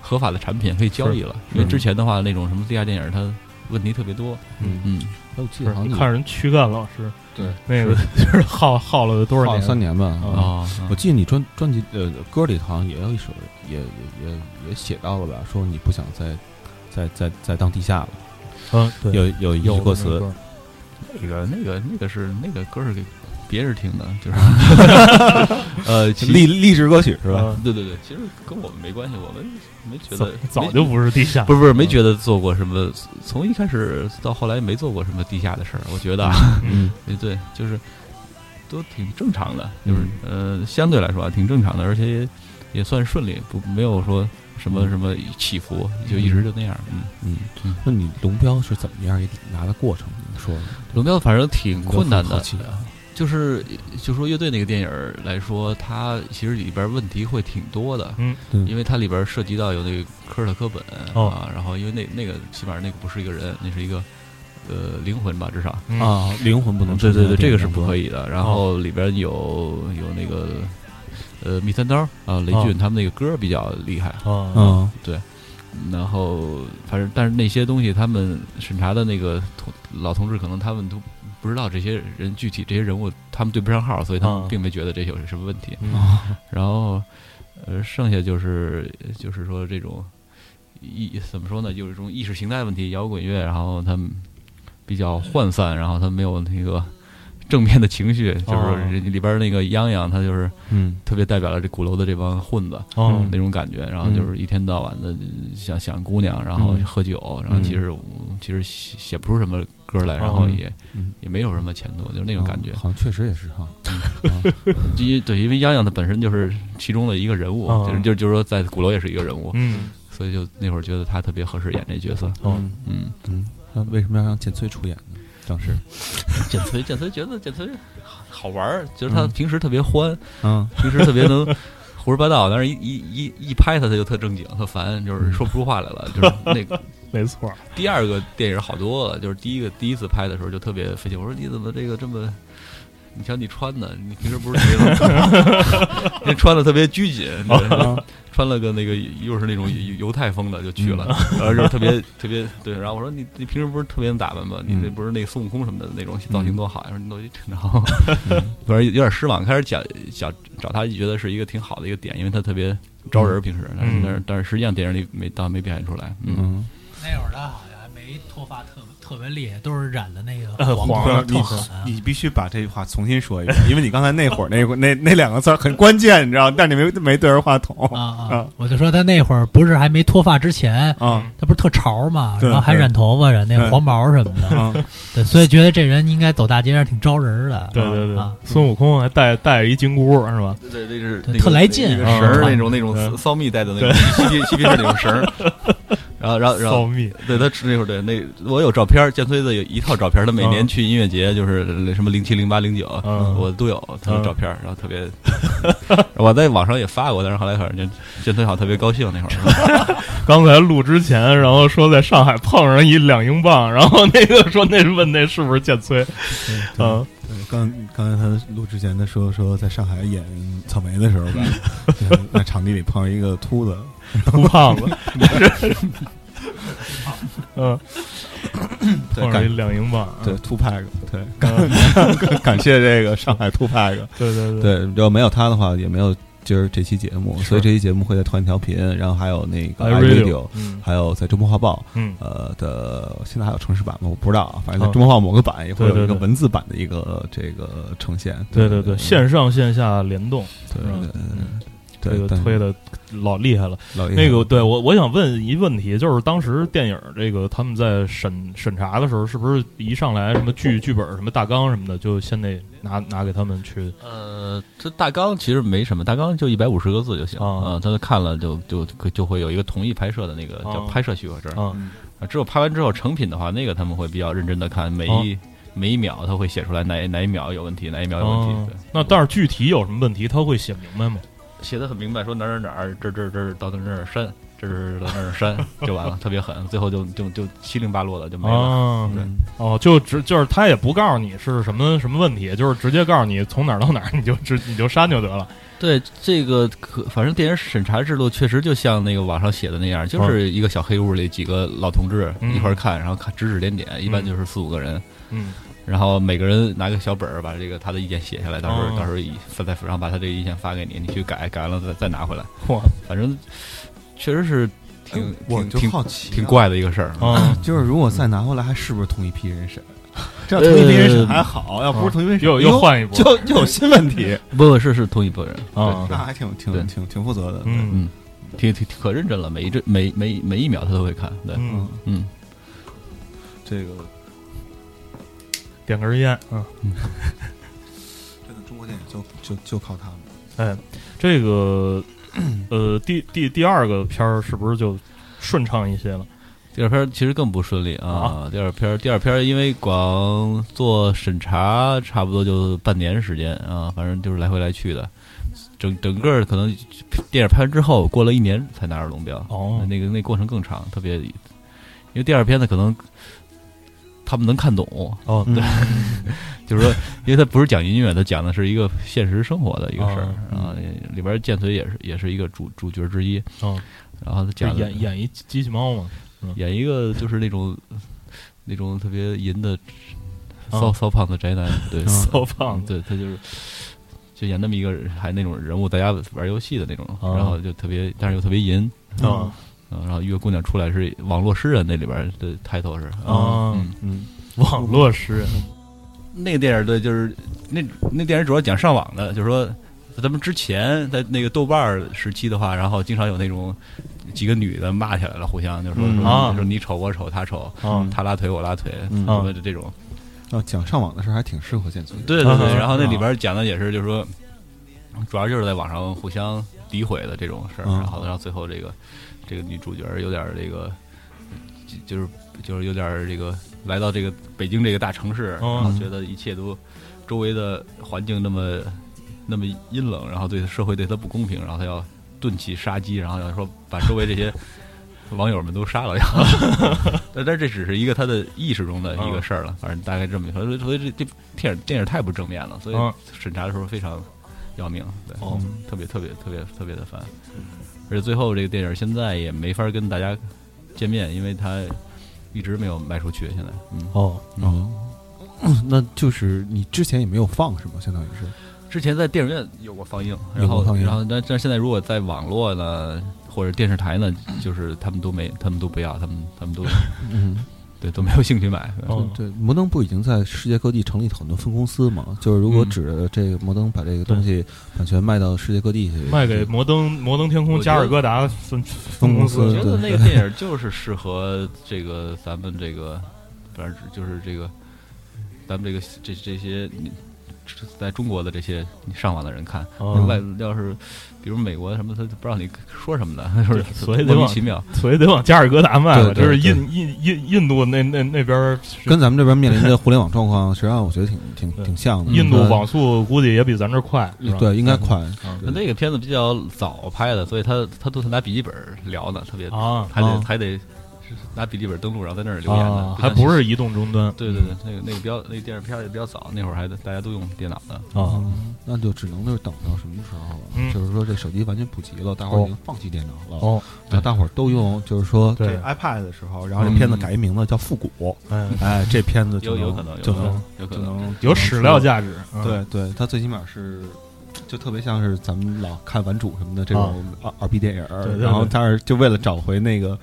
S4: 合法的产品可以交易了。因为之前的话，那种什么地下电影，它问题特别多。
S2: 嗯，
S4: 嗯，
S2: 哎我
S3: 不
S2: 记得
S3: 是
S2: 好像
S3: 你
S2: 你
S3: 看人躯干老师
S2: 对
S3: 那个 就是耗耗了多少
S2: 放了
S3: 年？
S2: 三年吧？啊
S4: 哦，
S2: 我记得你专专辑呃歌里好像也有一首也也也也写到了吧，说你不想再再再再当地下了，
S3: 嗯，对，
S2: 有有一句歌
S3: 那
S2: 词
S3: 歌，
S4: 那个那个那个是那个歌是给别人听的，就是 呃，其
S2: 励励志歌曲是吧？
S4: 对对对，其实跟我们没关系，我们没觉
S3: 早
S4: 得
S3: 早就不是地下，
S4: 不是不是，没觉得做过什么，从一开始到后来没做过什么地下的事儿，我觉得啊，
S2: 嗯
S4: 对对，就是都挺正常的，就是、呃，相对来说啊，挺正常的，而且也也算顺利，不没有说什么什么起伏，就一直就那样。嗯，
S2: 嗯，那你龙标是怎么样一拿的过程？你说
S4: 龙标反正挺困难的，
S2: 啊，
S4: 就是就说乐队那个电影儿来说，它其实里边儿问题会挺多的，
S3: 嗯
S2: 嗯
S4: 因为它里边儿涉及到有那个科尔特·科本、
S3: 哦
S4: 啊，然后因为那那个起码那个不是一个人，那是一个呃灵魂吧，至少。
S3: 嗯
S2: 啊，灵魂不能
S4: 对对对，这个是不可
S2: 以。
S4: 以的。然后里边有有那个呃密三刀啊，雷
S3: 哦
S4: 俊他们那个歌比较厉害，
S3: 啊，
S2: 嗯
S4: 然后反正但是那些东西他们审查的那个同老同志可能他们都不知道这些人具体这些人物他们对不上号，所以他
S3: 嗯
S4: 们并没觉得这有什么问题。
S3: 嗯
S2: 啊，
S4: 然后呃剩下就是就是说这种意怎么说呢，就是这种意识形态问题，摇滚乐，然后他们比较涣散，然后他没有那个正面的情绪，就是说人里边那个泱泱，他就是
S2: 嗯
S4: 特别代表了这鼓楼的这帮混子。
S3: 哦
S4: 那种感觉，然后就是一天到晚的想想姑娘，然后
S2: 嗯
S4: 喝酒，然后其实其实写写不出什么歌来，然后
S3: 哦
S4: 也
S2: 嗯，
S4: 也没有什么前途，就是那种感觉。
S2: 哦好像确实也是哈。
S4: 因为对，因为央央他本身就是其中的一个人物，
S3: 嗯
S4: 就是就是就是说在鼓楼也是一个人物，
S3: 嗯
S4: 所以就那会儿觉得他特别合适演这角色。
S3: 哦
S4: 嗯，
S2: 嗯，那为什么要让简崔出演呢？当时，
S4: 简崔，简崔觉得简崔好玩儿，就是他平时特别 欢，
S2: 嗯
S4: 平时特别能胡说八道，但是一一一一拍他他就特正经，特烦，就是说不出话来了。就是那个
S3: 没错，
S4: 第二个电影好多了，就是第一个第一次拍的时候就特别费劲，我说你怎么这个这么。你瞧你穿的，你平时不是这种，你穿的特别拘谨，对穿了个那个又是那种犹犹太风的就去了，然后就是特别特别对。然后我说你你平时不是特别能打扮吗？你
S2: 嗯
S4: 这不是那孙悟空什么的那种造型多好呀？说你都然后 反正有点失望。开始讲想找他，觉得是一个挺好的一个点，因为他特别招人，平时但是
S3: 嗯
S4: 但是但是实际上电影里没倒没表现出来。嗯，
S2: 嗯，
S5: 那会儿他好像还没脱发特特别厉害，都是染的那个
S3: 呃
S5: 黄
S3: 黄
S5: 色
S3: 的
S5: 特
S3: 啊
S5: 狠。
S2: 你必须把这句话重新说一遍，因为你刚才那会儿那那那两个字儿很关键，你知道，但你没没对着话筒
S5: 啊啊！我就说他那会儿不是还没脱发之前，
S2: 啊
S5: 他不是特潮嘛，
S2: 对
S5: 然后还染头发、染那个
S2: 对
S5: 黄毛什么
S3: 嗯
S5: 的，
S2: 啊！
S5: 对，所以觉得这人应该走大街上挺招人儿的。
S3: 对对对
S5: 啊，
S3: 孙悟空还带带着一金箍是吧？
S4: 对，那是
S5: 对那个特来劲那啊个绳儿
S3: 嗯
S4: 那种那
S3: 嗯
S4: 种骚蜜带的那种嬉皮嬉皮士那种绳儿，然后然后然后
S3: 骚蜜，
S4: 对他吃那会儿，对那我有照片儿，建崔的有一套照片儿，他每
S3: 嗯
S4: 年去音乐节就是那什么零七、零八、零九，
S3: 嗯
S4: 我都有他的照片儿，然后特别， 我在网上也发过，但是后来反正建崔好像特别高兴那会儿，
S3: 刚才录之前，然后说在上海碰上一两英镑，然后那个说那问那是不是剑崔？嗯，
S2: 对，呃刚刚才他录之前他说说在上海演草莓的时候吧，
S3: 嗯
S2: 对在场地里碰上一个秃子，
S3: 秃胖子，嗯，
S2: 对
S3: 碰上一
S2: 感
S3: 两英镑，
S2: 对
S3: 嗯
S2: 秃 pack，对 感感谢这个上海秃 pack，
S3: 对对对，
S2: 对，要没有他的话，也没有今儿这期节目，
S3: 嗯是
S2: 所以这期节目会在团条频，然后还有那个
S3: I
S2: iRadio，
S3: Radio，嗯
S2: 还有在周末画报，
S3: 嗯
S2: 呃的，现在还有城市版吗？我不知道啊，反正在
S3: 啊
S2: 中国画报某个版也会有
S3: 对对
S2: 一个
S3: 对
S2: 文字版的一个这个呈现。
S3: 对
S2: 对
S3: 对对，线上线下联动，
S2: 对
S3: 是吧
S2: 对
S3: 嗯
S2: 对
S3: 这个
S2: 但
S3: 推的老厉害了。
S2: 老爷
S3: 那个，对我我想问一问题，就是当时电影这个他们在审审查的时候，是不是一上来什么剧剧本、什么大纲什么的，就先得拿拿给他们去
S4: 呃，这大纲其实没什么，大纲就一百五十个字就行
S5: 嗯
S3: 啊
S4: 啊。他看了就就就就会有一个同意拍摄的那个叫
S3: 啊
S5: 嗯
S4: 拍摄许可证
S3: 啊
S4: 啊。只有拍完之后成品的话，那个他们会比较认真的看每一每一秒，他会写出来哪哪一秒有问题，哪一秒有问
S3: 啊
S4: 题。对，
S3: 那但是具体有什么问题，他会写明白吗？
S4: 写的很明白，说哪儿哪儿哪儿，这儿这儿这儿到那儿这儿删，这儿这儿到那儿这儿删， 就完了，特别狠，最后就就就七零八落的就没了。嗯
S3: 啊，
S4: 对
S3: 哦，就直就是他也不告诉你是什么什么问题，就是直接告诉你从哪儿到哪儿，你就直你就删就得了。
S4: 对这个可，反正电影审查制度确实就像那个网上写的那样，就是一个小黑屋里几个老同志
S3: 嗯
S4: 一块儿看，然后看指指点点，一般就是四五个人，
S3: 嗯，
S4: 然后每个人拿个小本儿把这个他的意见写下来，到时
S3: 哦
S4: 候到时候一发在然后把他这个意见发给你，你去改，改完了再再拿回来，
S3: 嚯
S4: 反正确实是挺
S2: 哎我
S4: 挺
S2: 就
S4: 挺
S2: 好奇啊
S4: 挺，怪的一个事儿。
S3: 啊，
S2: 就是如果再拿回来，还是不是同一批人审？这要同一批人审还好，要不是同一批人审，
S3: 又呃又换一波
S2: 就就有新问题，
S4: 不不是是同一拨人
S3: 啊
S4: 嗯对
S2: 那还挺
S4: 对
S2: 挺挺挺负责的。对
S3: 嗯
S4: 嗯，挺挺可认真了，每一帧每每每一秒他都会看，对，
S3: 嗯，
S4: 嗯，
S2: 这个
S3: 点根烟，嗯，
S2: 真的中国电影就就就靠他们。
S3: 哎，这个 呃，第第第二个片儿是不是就顺畅一些了？
S4: 第二篇其实更不顺利啊。第二篇，第二篇因为光做审查，差不多就半年时间啊，反正就是来回来去的。整整个可能电影拍完之后，过了一年才拿着龙标。
S3: 哦
S4: 那个那过程更长，特别，因为第二篇呢，可能他们能看懂，
S3: 哦，
S2: 嗯
S3: 对，
S4: 就是说，因为它不是讲音乐，它讲的是一个现实生活的一个
S3: 哦
S4: 事儿
S2: 啊
S4: 啊。里边剑髓也是也是一个主主角之一，
S3: 嗯，
S4: 然后
S3: 就
S4: 他讲的
S2: 嗯
S3: 演演一机器猫嘛，
S4: 演一个就是那种那种特别淫的
S3: 啊
S4: 骚骚胖子宅男，对，
S3: 骚胖子，
S4: 对他就是就演那么一个人还那种人物，大家玩游戏的那种，
S3: 啊
S4: 然后就特别，但是又特别淫。
S3: 啊
S2: 哦
S4: 啊然后月姑娘出来是网络诗人，那里边的 title 是
S3: 啊
S4: 嗯
S2: 嗯，
S3: 网络诗人，
S4: 那个电影对，就是那那电影主要讲上网的，就是说咱们之前在那个豆瓣儿时期的话，然后经常有那种几个女的骂起来了，互相就说、
S2: 嗯
S4: 说
S3: 啊
S4: 说你丑我丑他丑，
S3: 啊
S4: 他拉腿我拉腿，
S2: 嗯
S4: 什么的这种。
S2: 要哦讲上网的事儿还挺适合建村。
S4: 对对对，
S3: 啊
S4: 然后那里
S2: 嗯
S4: 边讲的也是，就是说主要就是在网上互相诋毁的这种事儿，
S2: 嗯
S4: 然后然后最后这个这个女主角有点儿这个就就是就是有点儿这个来到这个北京这个大城市，
S3: 嗯
S4: 然后觉得一切都周围的环境那么那么阴冷，然后对社会对她不公平，然后她要顿起杀机，然后要说把周围这些网友们都杀了要。 但但这只是一个他的意识中的一个事儿了，反正大概这么一说。所以所以这这电影电影太不正面了，所以
S3: 嗯
S4: 审查的时候非常要命，对，
S3: 哦
S4: 特别特别特别特别的烦。而且最后这个电影现在也没法跟大家见面，因为它一直没有卖出去。现在，嗯，
S3: 哦，
S2: 哦，那就是你之前也没有放是吗？相当于是
S4: 之前在电影院有过放映，
S2: 有
S4: 然
S2: 过
S4: 后
S2: 放映
S4: 然后但但现在如果在网络呢或者电视台呢，就是他们都没，他们都不要，他们他们都
S2: 嗯，
S4: 对都没有兴趣买。对
S3: 哦
S2: 对，摩登不已经在世界各地成立很多分公司嘛？就是如果
S4: 嗯
S2: 指着这个摩登把这个东西版权卖到世界各地去，
S3: 卖给摩登摩登天空加尔各答分分公
S2: 分
S4: 我
S3: 司
S2: 公司
S4: 觉得那个电影就是适合这个咱们这个，反正就是这个咱们这个这这些你在中国的这些你上网的人看，
S3: 哦
S2: 嗯
S4: 外要是比如美国什么，他就不让你说什么的， 就是
S3: 所以得
S4: 莫名
S3: 往
S4: 其妙。
S3: 所以得往加尔各答卖了。
S2: 对
S3: 这
S2: 对
S3: 是印印印印度那那那边儿是
S2: 跟咱们这边面临的互联网状况，实际上我觉 得挺挺
S3: 对
S2: 挺像的。
S3: 印度
S2: 嗯
S3: 网嗯速估计也比咱这儿快，是吧？
S2: 对应该快，
S4: 那那个片子比较早拍的，所以他他都是拿笔记本聊呢，特别
S3: 啊
S4: 还得
S2: 啊
S4: 还得拿笔记本登录，然后在那儿留言呢
S3: 啊，，还不
S4: 是。
S3: 是移动终端
S4: 对对对，那个那个比较那个电影片儿也比较早，那会儿还大家都用电脑呢。
S3: 啊。
S2: 嗯，那就只能就是等到什么时候了？
S3: 嗯
S2: 就是说这手机完全普及了，大伙儿已经放弃电脑了，
S3: 哦，
S2: 然后大伙儿都用就是说
S3: 对
S2: 这 iPad 的时候，然后这片子
S4: 嗯
S2: 改一名字叫复古，
S3: 哎，
S2: 哎，这片子
S4: 有
S2: 就
S4: 有可能，有
S2: 就
S4: 可能
S2: 能，
S4: 有可
S2: 就
S4: 能。
S2: 能
S3: 有史料价值。嗯，
S2: 对对，它最起码是就特别像是咱们老看《顽主》什么的这
S3: 啊
S2: 种二二逼电影儿
S3: 对，对
S2: 然后
S3: 对
S2: 但是就为了找回那个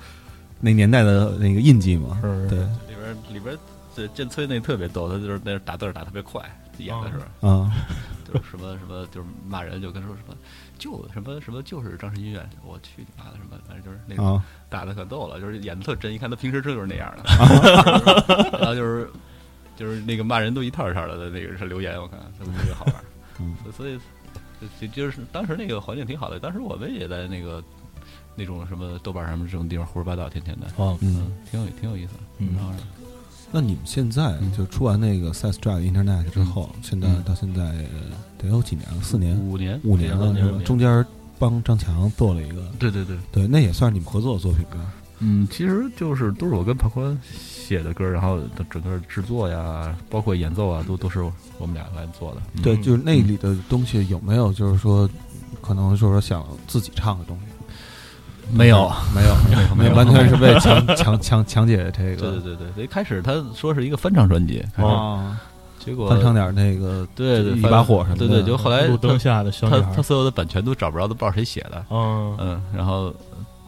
S2: 那年代的那个印记嘛，
S3: 是
S2: 对
S4: 里边里边这剑崔那特别逗，他就是在那打字儿打特别快，演的时候。
S2: 啊，
S4: 就是什么什么，就是骂人就跟说什么就什么什么就是张神医院，我去你妈的什么，反正就是那个
S2: 啊
S4: 打的可逗了，就是演的特真，一看他平时真就是那样 的，然后就是就是那个骂人都一套一套的那个是留言，我看特别好玩儿
S2: 嗯，
S4: 所以就就是当时那个环境挺好的，当时我们也在那个那种什么豆瓣上面这种地方胡说八道，天天的，
S3: 啊，
S2: 嗯。，
S4: 挺有挺有意思的，
S3: 嗯
S4: 然后
S2: 那你们现在
S4: 嗯
S2: 就出完那个 Sex Drive Internet 之后，现在到现在呃得有几年了？四年、
S4: 五年
S2: 五年
S4: 五
S2: 了，是吧？中间帮张强做了一个，
S4: 对对对。
S2: 对，那也算是你们合作的作品吧？
S4: 嗯，其实就是都是我跟庞宽写的歌，然后的整个制作呀，包括演奏啊，都都是我们俩来做的。嗯
S2: 对，就是那里的东西有没有就是说，可能就是说想自己唱的东西？
S4: 没有，
S2: 没有， 没有，完全是为强强强强姐这
S4: 对对
S2: 个
S4: 对对对，一开始他说是一个翻唱专辑，开始
S2: 啊，
S4: 结果
S2: 翻唱点那个
S4: 对对
S2: 一
S4: 翻
S2: 把火什么
S4: 对
S2: 的，
S4: 对，就后来
S3: 路灯
S4: 他
S3: 下的小女
S4: 他
S3: 孩
S4: 他，所有的版权都找不着，都不知道谁写的。
S2: 呃
S3: 嗯，
S4: 嗯，然后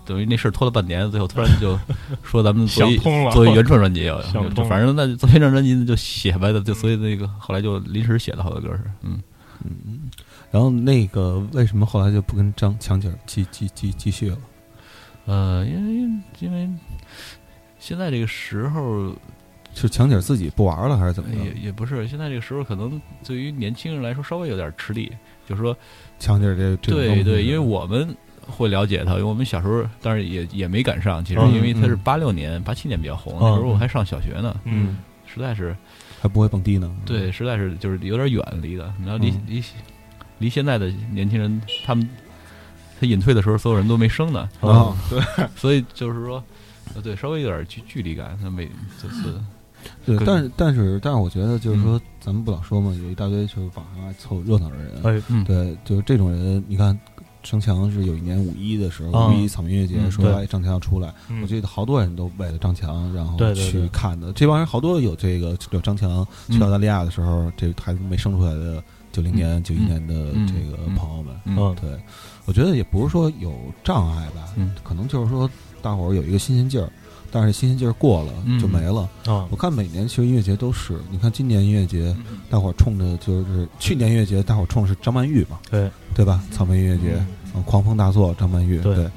S4: 等于那事儿拖了半年，最后突然 就说咱们做
S3: 想
S4: 一
S3: 通了，
S4: 做一原创专辑要，
S3: 想
S4: 就
S3: 通了
S4: 反正那就做原创专辑就写呗，就所以那个后来就临时写了好多歌是，嗯。
S2: 嗯，然后那个为什么后来就不跟张强姐继继继继续了？
S4: 呃，因为因为现在这个时候
S2: 是强姐自己不玩了还是怎么
S4: 也
S2: 着？
S4: 也不是，现在这个时候可能对于年轻人来说稍微有点吃力，就是说，
S2: 强姐这这种东
S4: 对
S2: 西
S4: 对，因为我们会了解他，因为我们小时候，当然也也没赶上，其实
S3: 嗯
S4: 因为他是
S2: 嗯
S4: 八六年、八七年比较红，
S2: 嗯
S4: 那时候我还上小学呢，
S3: 嗯，
S4: 实在是
S2: 还不会蹦迪呢，
S4: 对，实在是就是有点远离的，然后离
S2: 嗯
S4: 离离现在的年轻人，他们他隐退的时候，所有人都没生呢，
S2: 啊，对
S4: 所以就是说，呃，对，稍微有点距距离感，那没就是。
S2: 对，
S4: 对
S2: 但是但是但是我觉得就是
S4: 嗯
S2: 说，咱们不老说嘛，有一大堆就是网上爱凑热闹的人，
S3: 哎，
S4: 嗯，
S2: 对，就是这种人，你看。张强是有一年五一的时候，
S3: 啊
S2: 五一草莓音乐节
S4: 嗯
S2: 说
S3: 对
S2: 哎张强要出来，
S3: 嗯
S2: 我记得好多人都为了张强，然后
S3: 对对
S2: 去
S3: 对
S2: 看的。这帮人好多有这个有张强去
S4: 嗯
S2: 澳大利亚的时候，这还没生出来的九零年、九一年的
S4: 嗯
S2: 这个朋友们，
S4: 嗯
S2: 对，我觉得也不是说有障碍吧，
S4: 嗯
S2: 可能就是说大伙儿有一个新鲜劲儿，但是新鲜劲儿过了
S4: 嗯
S2: 就没了。
S3: 啊
S2: 我，看每年其实音乐节都是，你看今年音乐节，
S3: 嗯
S2: 大伙儿冲着就是去年音乐节，大伙儿冲的是张曼玉嘛，
S3: 对，嗯
S2: 对吧？草莓音乐节，啊，狂风大作，张曼玉，
S3: 对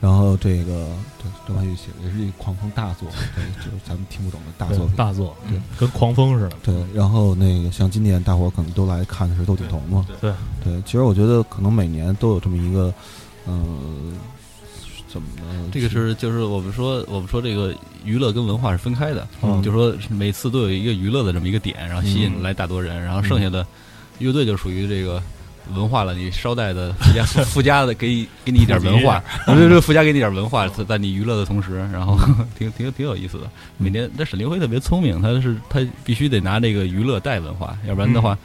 S2: 然后这个对张曼玉写的也是一狂风大 作，对，就是咱们听不懂的大
S3: 对
S2: 作品。嗯
S3: 大作，
S2: 对
S3: 跟狂风似的，
S2: 对，然后那个像今年大伙儿可能都来看的是窦靖童嘛，
S3: 对
S2: 对，其实我觉得可能每年都有这么一个，呃，怎么呢？
S4: 这个是就是我们说我们说这个娱乐跟文化是分开的，
S2: 嗯
S4: 就说每次都有一个娱乐的这么一个点，然后吸引来大多人，然后剩下的乐队就属于这个。文化了，你捎带的附加 附加的给给你一点文化，对对，附加给你一点文化，在在你娱乐的同时，然后 挺挺挺有意思的。每年，但沈凌辉特别聪明，他是他必须得拿这个娱乐带文化，要不然的话，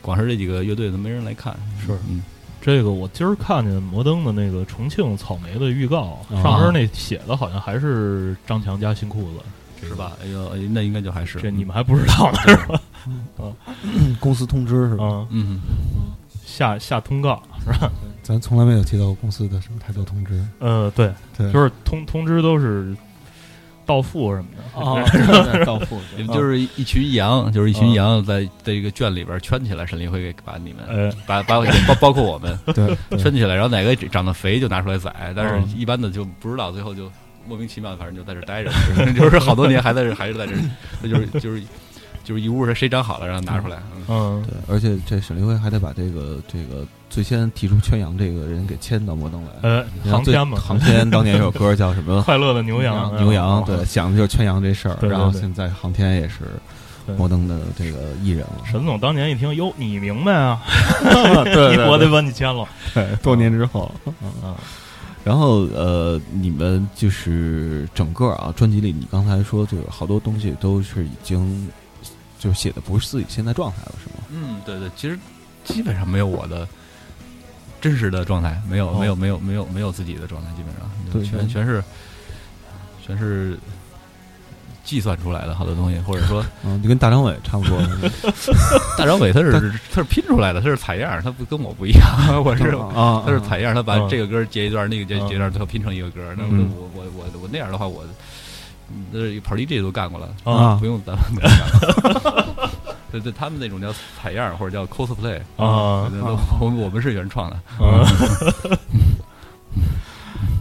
S4: 光是这几个乐队都没人来看。
S3: 是
S4: 嗯
S3: 这个我今儿看见摩登的那个重庆草莓的预告，
S2: 啊
S3: 上边那写的好像还是张强加新裤子，
S4: 是吧？哎呦，哎那应该就还是
S2: 嗯
S3: 这你们还不知道呢是吧？
S2: 公司通知是吧？
S3: 啊，
S4: 嗯，
S3: 下下通告，
S2: 咱从来没有接到过公司的什么太多通知，
S3: 呃，对，
S2: 对，
S3: 就是通通知都是到付什么的，
S2: 哦，对哦到付
S4: 你们就是一群羊，就是一群羊在在一个圈里边圈起来，沈凌辉给把你们，
S3: 呃，
S4: 把把包包括我们
S2: 对哦
S4: 圈起来，然后哪个长得肥就拿出来宰，但是
S3: 嗯
S4: 一般的就不知道，最后就莫名其妙，反正就在这待着， 就是好多年还在这，还是在这，那就是就是就是一屋人谁长好了，然后拿出来，嗯
S3: 嗯，
S2: 对，而且这沈立辉还得把这个这个最先提出圈羊这个人给签到摩登来。
S3: 呃，
S2: 你
S3: 航
S2: 看最
S3: 天嘛，
S2: 航天当年有首歌叫什么？
S3: 快乐的 牛羊，啊
S2: 牛羊，对，想的就是圈羊这事儿。
S3: 对对
S2: 然后
S3: 对
S2: 现在航天也是
S3: 对
S2: 摩登的这个艺 人了。
S3: 沈总当年一听，哟，你明白啊，
S2: 对 对对
S3: 我得把你签了，
S2: 对，多年之后，
S3: 嗯
S2: 然后呃，你们就是整个啊，专辑里你刚才说就是好多东西都是已经就是写的不是自己现在状态了，是吗？
S4: 嗯，对对，其实基本上没有我的真实的状态，没有、
S3: 哦
S4: 没有没有没有没有自己的状态，基本上
S2: 对
S4: 全全是全是计算出来的好多东西，或者说
S2: 嗯，就跟大张伟差 不多。
S4: 大张伟他是他是拼出来的，他是采样，他不跟我不一样， 我是
S2: 啊，
S4: 他是采样，他把
S3: 嗯
S4: 这个歌截一段，那个
S2: 嗯
S4: 截截一段，最后拼成一个歌。那我
S3: 嗯
S4: 我我我我那样的话，我嗯那跑 DJ 都干过了，嗯
S2: 啊
S4: 不用咱们不用干了。 对对，他们那种叫采样或者叫 cosplay
S3: 啊
S4: 对对对我们我们是原创的，
S2: 嗯
S3: 啊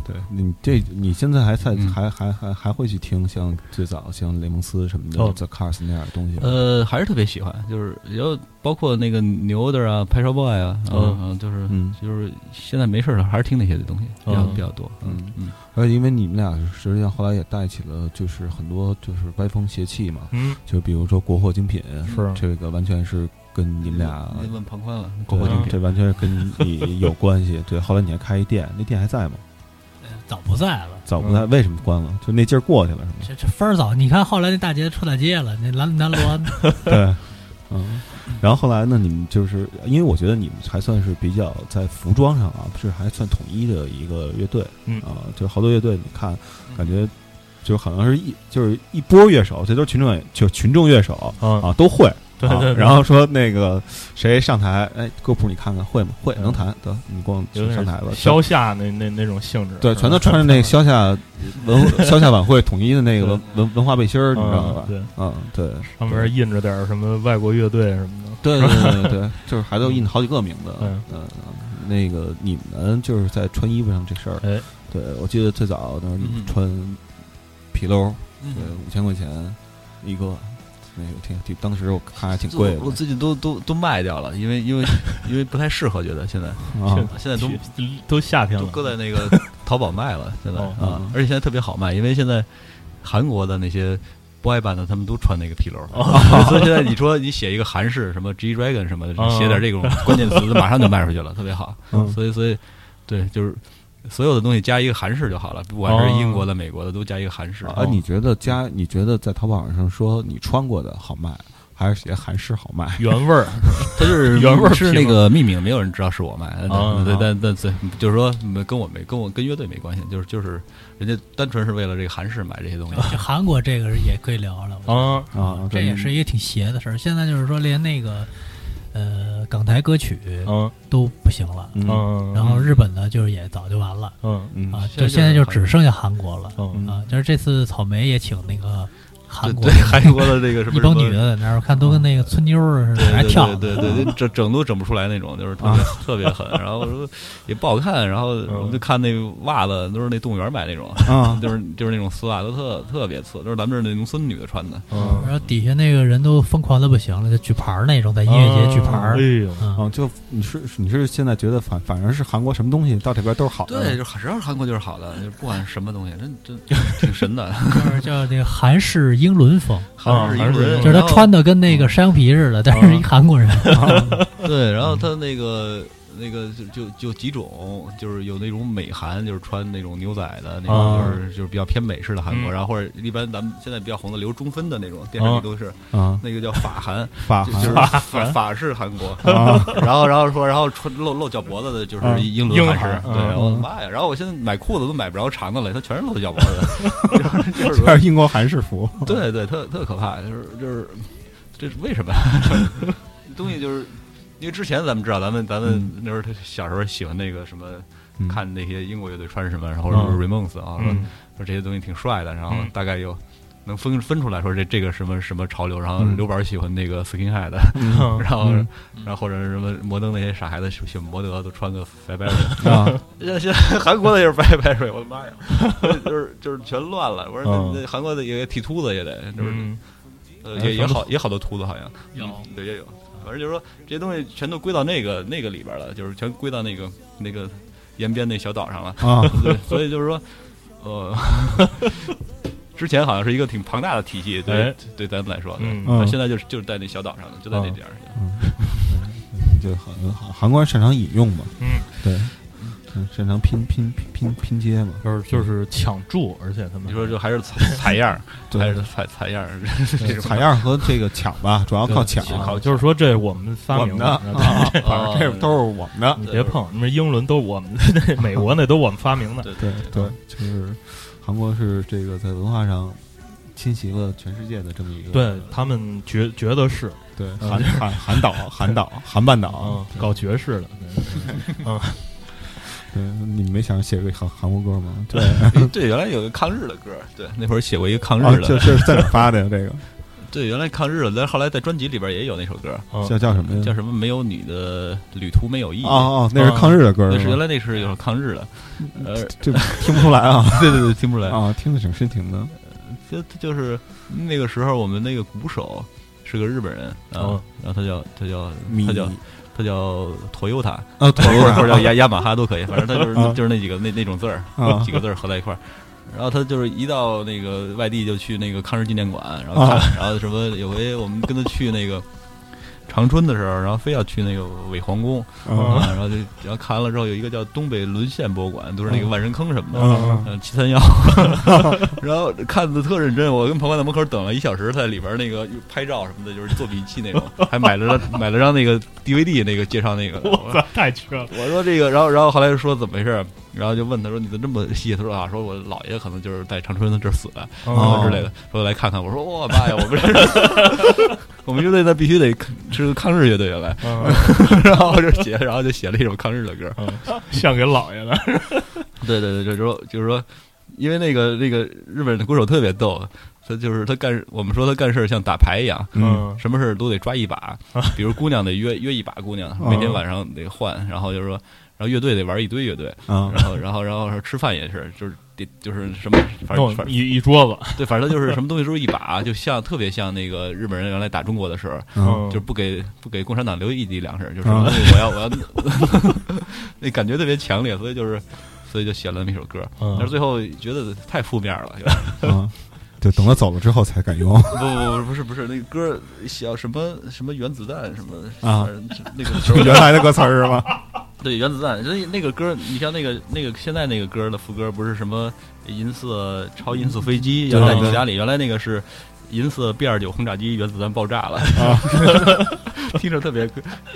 S2: 对你这你现在还在
S4: 嗯
S2: 还还还还会去听像最早像雷蒙斯什么的
S3: 哦
S2: The Cars 那样的东西吗？
S4: 呃，还是特别喜欢，就是有包括那个牛的啊、拍烧 boy 啊，
S3: 嗯
S4: 嗯，嗯就是
S2: 嗯
S4: 就是现在没事儿还是听那些东西比较
S3: 嗯
S4: 比较多，
S2: 嗯
S4: 嗯
S2: 而且因为你们俩实际上后来也带起了就是很多就是歪风邪气嘛，
S3: 嗯，
S2: 就比如说国货精品，
S3: 是
S2: 这个完全是跟你们俩
S4: 你问庞宽了，嗯
S2: 国货
S3: 对
S2: 精品，这完全是跟你有关系。对，后来你还开一店，那店还在吗？
S5: 呃早不在了。
S2: 早不在，为什么关了？就那劲儿过去了，是吗？
S5: 这这分儿早，你看后来那大街出大街了，那南南锣
S2: 对，嗯，然后后来呢，你们就是因为我觉得你们还算是比较在服装上啊，是还算统一的一个乐队，
S3: 嗯
S2: 啊，就是好多乐队，你看感觉就好像是一就是一波乐手，这都是群众演就群众乐手
S3: 啊
S2: 啊，都会。
S3: 对
S2: 啊
S3: 对对
S2: 然后说那个谁上台，哎，歌谱你看看会吗？会，能弹，得你光
S3: 嗯有点
S2: 上台吧。
S3: 消夏那那那种性质，
S2: 对，全都穿着 那个消夏文消夏晚会统一的那个文文文化背心儿，你知道吧
S3: 嗯？对，
S2: 嗯，对，啊
S3: 上面印着点儿什么外国乐队什么的，
S2: 对对对对 对，就是还都印好几个名字。
S3: 嗯
S2: 嗯，那个你们就是在穿衣服上这事儿，
S3: 哎，
S2: 对我记得最早那时候你们穿皮褛，
S4: 嗯
S5: 嗯
S2: 对，五千块钱一个，那个挺挺，当时我看还挺贵
S4: 我
S2: 的
S4: 最近都都都卖掉了，因为因为因为不太适合，觉得现在
S2: 啊
S4: 现在都
S3: 都夏天
S4: 都
S3: 了，
S4: 搁在那 个淘宝卖了，现在
S3: 哦
S4: 啊
S2: 嗯，
S4: 而且现在特别好卖，因为现在韩国的那些 boy 版的他们都穿那个皮褛，
S2: 哦
S4: 所以现在你说你写一个韩式什么 G Dragon 什么的
S3: 哦，
S4: 写点 这种关键词，马上就卖出去了，特别好
S2: 嗯。
S4: 所以所以对，就是所有的东西加一个韩式就好了，不管是
S3: 哦
S4: 英国的、美国的都加一个韩式。
S2: 啊！你觉得加？你觉得在淘宝上说你穿过的好卖，还是写韩式好卖？
S3: 原 味儿，
S4: 它 就是
S3: 原味儿
S4: 是
S3: 皮
S4: 那
S3: 吗
S4: 个匿名，没有人知道是我卖的。
S3: 啊
S4: 对，但但对，就是说没跟我没跟我跟乐队没关系，就是就是人家单纯是为了这个韩式买这些东西。
S5: 这韩国这个也可以聊了。我
S3: 啊，
S2: 啊，
S5: 这也是一个挺邪的事儿。现在就是说，连那个呃港台歌曲
S3: 嗯
S5: 都不行了，
S2: 哦嗯
S3: 嗯，
S5: 然后日本呢，就是也早就完了
S3: 嗯
S2: 嗯
S5: 啊，
S4: 现在就是哦
S5: 就现在就只剩下韩国了
S3: 嗯
S5: 啊。就是这次草莓也请那个韩
S4: 对
S5: 国
S4: 对，韩国的这个什么
S5: 一帮
S4: 什么
S5: 女的在那儿，我看都跟那个村妞儿似的，还
S4: 哦对
S5: 跳呢。
S4: 对对对对，整整都整不出来那种，就是特别、特别狠。然后我说也不好看，然后我们就看那袜子都是那动物园买那种，
S2: 啊
S4: 就是就是那种丝袜都特特别次，都是咱们这儿那农村女的穿的。
S3: 嗯，
S5: 然后底下那个人都疯狂的不行了，就举牌儿那种，在音乐节举牌儿
S4: 哦
S3: 哎。呦，
S5: 嗯，
S2: 啊！就你是你是现在觉得反反而是韩国什么东西到这边都是好的，
S4: 对，就只要是韩国就是好的，就是不管什么东西，真真挺神 的。
S5: 就是叫那个韩式英伦风，
S4: 韩式
S3: 啊还
S4: 英
S3: 是
S4: 伦，
S5: 就是他
S4: 然后
S5: 穿的跟那
S4: 哦
S5: 个山羊皮似的，但是一韩 国人。呃
S4: 对，然后他那个那个就就就几种，就是有那种美韩，就是穿那种牛仔的那种，
S3: 啊
S4: 就是就是比较偏美式的韩国，
S3: 嗯
S4: 然后或者一般咱们现在比较红的留中分的那种，电视
S3: 啊
S4: 里都是
S2: 啊，
S4: 那个叫法 韩，
S2: 法
S4: 就就
S2: 韩
S4: 是法法式韩国。
S2: 啊，
S4: 然后然后说，然后穿露露脚脖子的就是
S2: 嗯
S4: 英
S3: 啊英
S4: 伦韩式，
S3: 韩
S4: 对，
S3: 嗯
S4: 我的妈呀！然后我现在买裤子都买不着长的了，它全是露脚脖子 的，就是就是
S2: 这是英国韩式服。
S4: 对对，特特可怕，就是就是，这是为什么？ 东西就是因为之前咱们知道，咱们咱们那时候他小时候喜欢那个什么，
S2: 嗯
S4: 看那些英国乐队穿什么，然后说
S3: 嗯
S4: Ramones 啊，说
S3: 嗯
S4: 说这些东西挺帅的，然后
S3: 嗯
S4: 大概又能分分出来说这这个什么什么潮流，然后
S2: 嗯
S4: 刘宝喜欢那个 Skinhead 的，
S3: 嗯
S4: 然后
S2: 嗯
S4: 然后或者是什么摩登那些傻孩子喜喜欢摩德都穿个 f i b e r
S2: 啊，
S4: 现 在现在韩国的也是白白水，我的妈呀，就是就是全乱了。我说那
S3: 嗯
S4: 那韩国的也剃秃子也得，就是
S3: 嗯
S4: 呃，也也好，也好多秃子好像
S5: 有
S4: 嗯对也有，反正就是说这些东西全都归到那个那个里边了，就是全归到那个那个延边那小岛上了。
S2: 啊，
S4: 对，所以就是说，呃， 之前好像是一个挺庞大的体系，对
S3: 哎
S4: 对咱们来说，对
S3: 嗯
S2: 嗯
S4: 那现在就是就是在那小岛上的，就在那点儿。
S2: 就很韩韩国人擅长引用嘛，
S3: 嗯，
S2: 对，嗯擅长拼拼拼拼拼接嘛，
S3: 就是就是抢注，而且他们
S4: 你说就还 是采采样儿，
S2: 对
S4: 还是采采样儿， 这种
S2: 采样和这个抢吧，主要靠抢，啊
S3: 好，就是说这我们发
S2: 我
S3: 明嗯
S2: 们的啊，
S3: 这玩意儿
S4: 啊
S2: 这都是我们的，
S3: 你 别碰，那英伦都是我们的， 那美国那都我们发明的，
S2: 对对，就是韩国是这个在文化上侵袭了全世界的这么一个
S3: 对他们觉觉得是，
S2: 对
S7: 韩韩韩岛、韩岛、韩半岛
S3: 嗯，，搞爵士的，
S2: 对，你们没想写个韩韩国歌吗？对，
S4: 对，哦原来有个抗日的歌，对，那会儿写过一个抗
S2: 啊
S4: 日，
S2: 这
S4: 的，
S2: 这是在哪儿发的呀？这个
S4: 对，原来抗日的，但是后来在专辑里边也有那首歌，
S3: 嗯
S2: 叫叫什么呀？
S4: 叫什么？没有你的旅途没有意义。
S2: 哦哦，那是抗日的歌
S4: 对，是
S2: 是
S4: 原
S2: 吧？
S4: 来那是有抗日的，呃，
S2: 这听不出来啊
S4: 对对对，听不出来。
S2: 啊，听得挺深情的。
S4: 就就是那个时候，我们那个鼓手是个日本人啊
S3: 哦，
S4: 然后他叫他叫
S2: 米
S4: 他叫他叫 Toyota，
S2: 啊，土
S4: 或者或者叫
S2: 啊
S4: 雅雅马哈都可以，反正他就是
S2: 啊
S4: 就是那几个那那种字儿
S2: 啊，
S4: 几个字儿合在一块儿。然后他就是一到那个外地就去那个抗日纪念馆，然
S2: 啊
S4: 后看，然后什么有回我们跟他去那个长春的时候，然后非要去那个伪皇宫
S2: 哦
S4: 啊，然后就然后看完了之后有一个叫东北沦陷博物馆，都是那个万人坑什么的，
S2: 啊
S4: 嗯，七 三幺，然后看的特认真，我跟朋友在门口等了一小时，在里边那个拍照什么的，就是做笔记 那种，还买了张买了张那个 DVD 那个介绍那个，
S3: 我操，太缺了，
S4: 我说这个，然后然后后来说怎么回事，然后就问他说你怎么这么细？他说啊，说我姥爷可能就是在长春的这儿死的，
S3: 嗯
S4: 然
S3: 哦啊
S4: 后之类的，说来看看。我说我妈呀，我们这 我们乐队那必须得是个抗日乐队原来，
S3: 嗯
S4: 然后就写，然后就写了一首抗日的歌。
S3: 嗯 像给老爷的，
S4: 对对对，就是说就是说，因为那个那个日本的鼓手特别逗，他就是他干我们说他干事儿像打牌一样，
S3: 嗯
S4: 什么事儿都得抓一把，比如姑娘得约约一把姑娘，每天晚上得换，然后就是说，然后乐队得玩一堆乐队。
S2: 啊
S3: 嗯
S4: 然后然后然后说吃饭也是，就是得就是什么，反正
S3: 弄
S4: 反正
S3: 一一桌子，
S4: 对，反正就是什么东西都是一把，就像特别像那个日本人原来打中国的时候，
S2: 嗯
S4: 就是不给不给共产党留一滴粮食，就是什
S2: 啊
S4: 么东西我要我要， 那感觉特别强烈，所以就是所以就写了那首歌，
S3: 嗯
S4: 但是最后觉得太负面了，
S2: 啊，就等他走了之后才敢用
S4: 不不不不是不是那个歌写什么什么原子弹什么
S2: 啊
S4: 反正那个时候
S2: 原来的歌词儿是吧？
S4: 对原子弹，所以那个歌，你像那个那个现在那个歌的副歌不是什么银色超音速飞机
S2: 嗯对
S4: 要在
S2: 对
S4: 你家里，原来那个是银色 B 二九轰炸机原子弹爆炸了，
S2: 啊
S4: 听着特别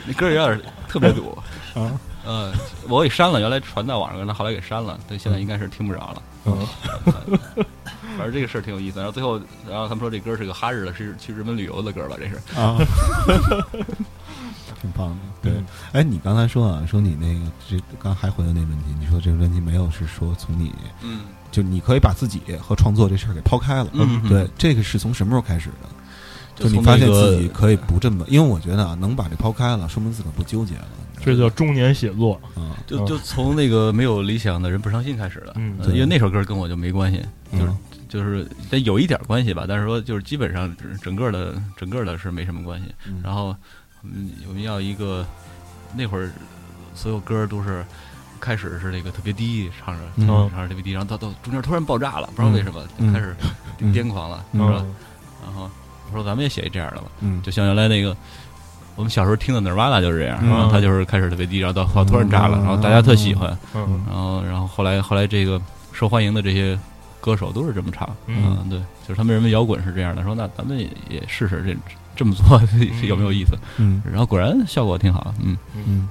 S4: 那歌有点特别堵
S2: 啊。
S4: 嗯，我给删了，原来传到网上，那后来给删了，对，现在应该是听不着了。
S3: 嗯
S4: 反正这个事儿挺有意思，然后最后，然后他们说这歌是个哈日的，是去日本旅游的歌吧？这是
S2: 啊， 挺棒的。对，
S4: 嗯
S2: 哎，你刚才说啊，说你那个这刚还回到那问题，你说这个问题没有是说从你
S4: 嗯，
S2: 就你可以把自己和创作这事儿给抛开了。
S4: 嗯嗯
S2: 对，这个是从什么时候开始的？就你
S4: 从
S2: 发
S4: 那
S2: 现
S4: 个
S2: 自己可以不这么，因为我觉得啊，能把这抛开了，说明自个儿不纠结了。
S3: 这叫中年写作，
S2: 啊，
S4: 就
S3: 嗯
S4: 就从那个没有理想的人不伤心开始的，
S3: 嗯
S4: 呃
S2: 对
S4: 因为那首歌跟我就没关系，就是、
S2: 嗯
S4: 就是但有一点关系吧，但是说就是基本上整整个的整个的是没什么关系。
S2: 嗯
S4: 然后嗯，我们要一个那会儿所有歌都是开始是那个特别低唱着，
S2: 嗯
S4: 唱着特别低，然后到到中间突然爆炸了，不知道为什么、
S2: 嗯
S4: 就开始
S2: 嗯
S4: 癫狂了，
S2: 嗯
S4: 我说然后我说咱们也写一这样的吧，
S2: 嗯，
S4: 就像原来那个我们小时候听的 Nirvana 就是这样，
S2: 嗯
S4: 然后他就是开始特别低，然后到后来突然炸了，然后大家特喜欢，
S3: 嗯
S4: 然后然后后来后来这个受欢迎的这些歌手都是这么唱，
S3: 嗯
S4: 对，就是他们认为摇滚是这样的，说那咱们也也试试这这么做 是有没有意思，
S2: 嗯
S4: 然后果然效果挺好，嗯，
S2: 嗯，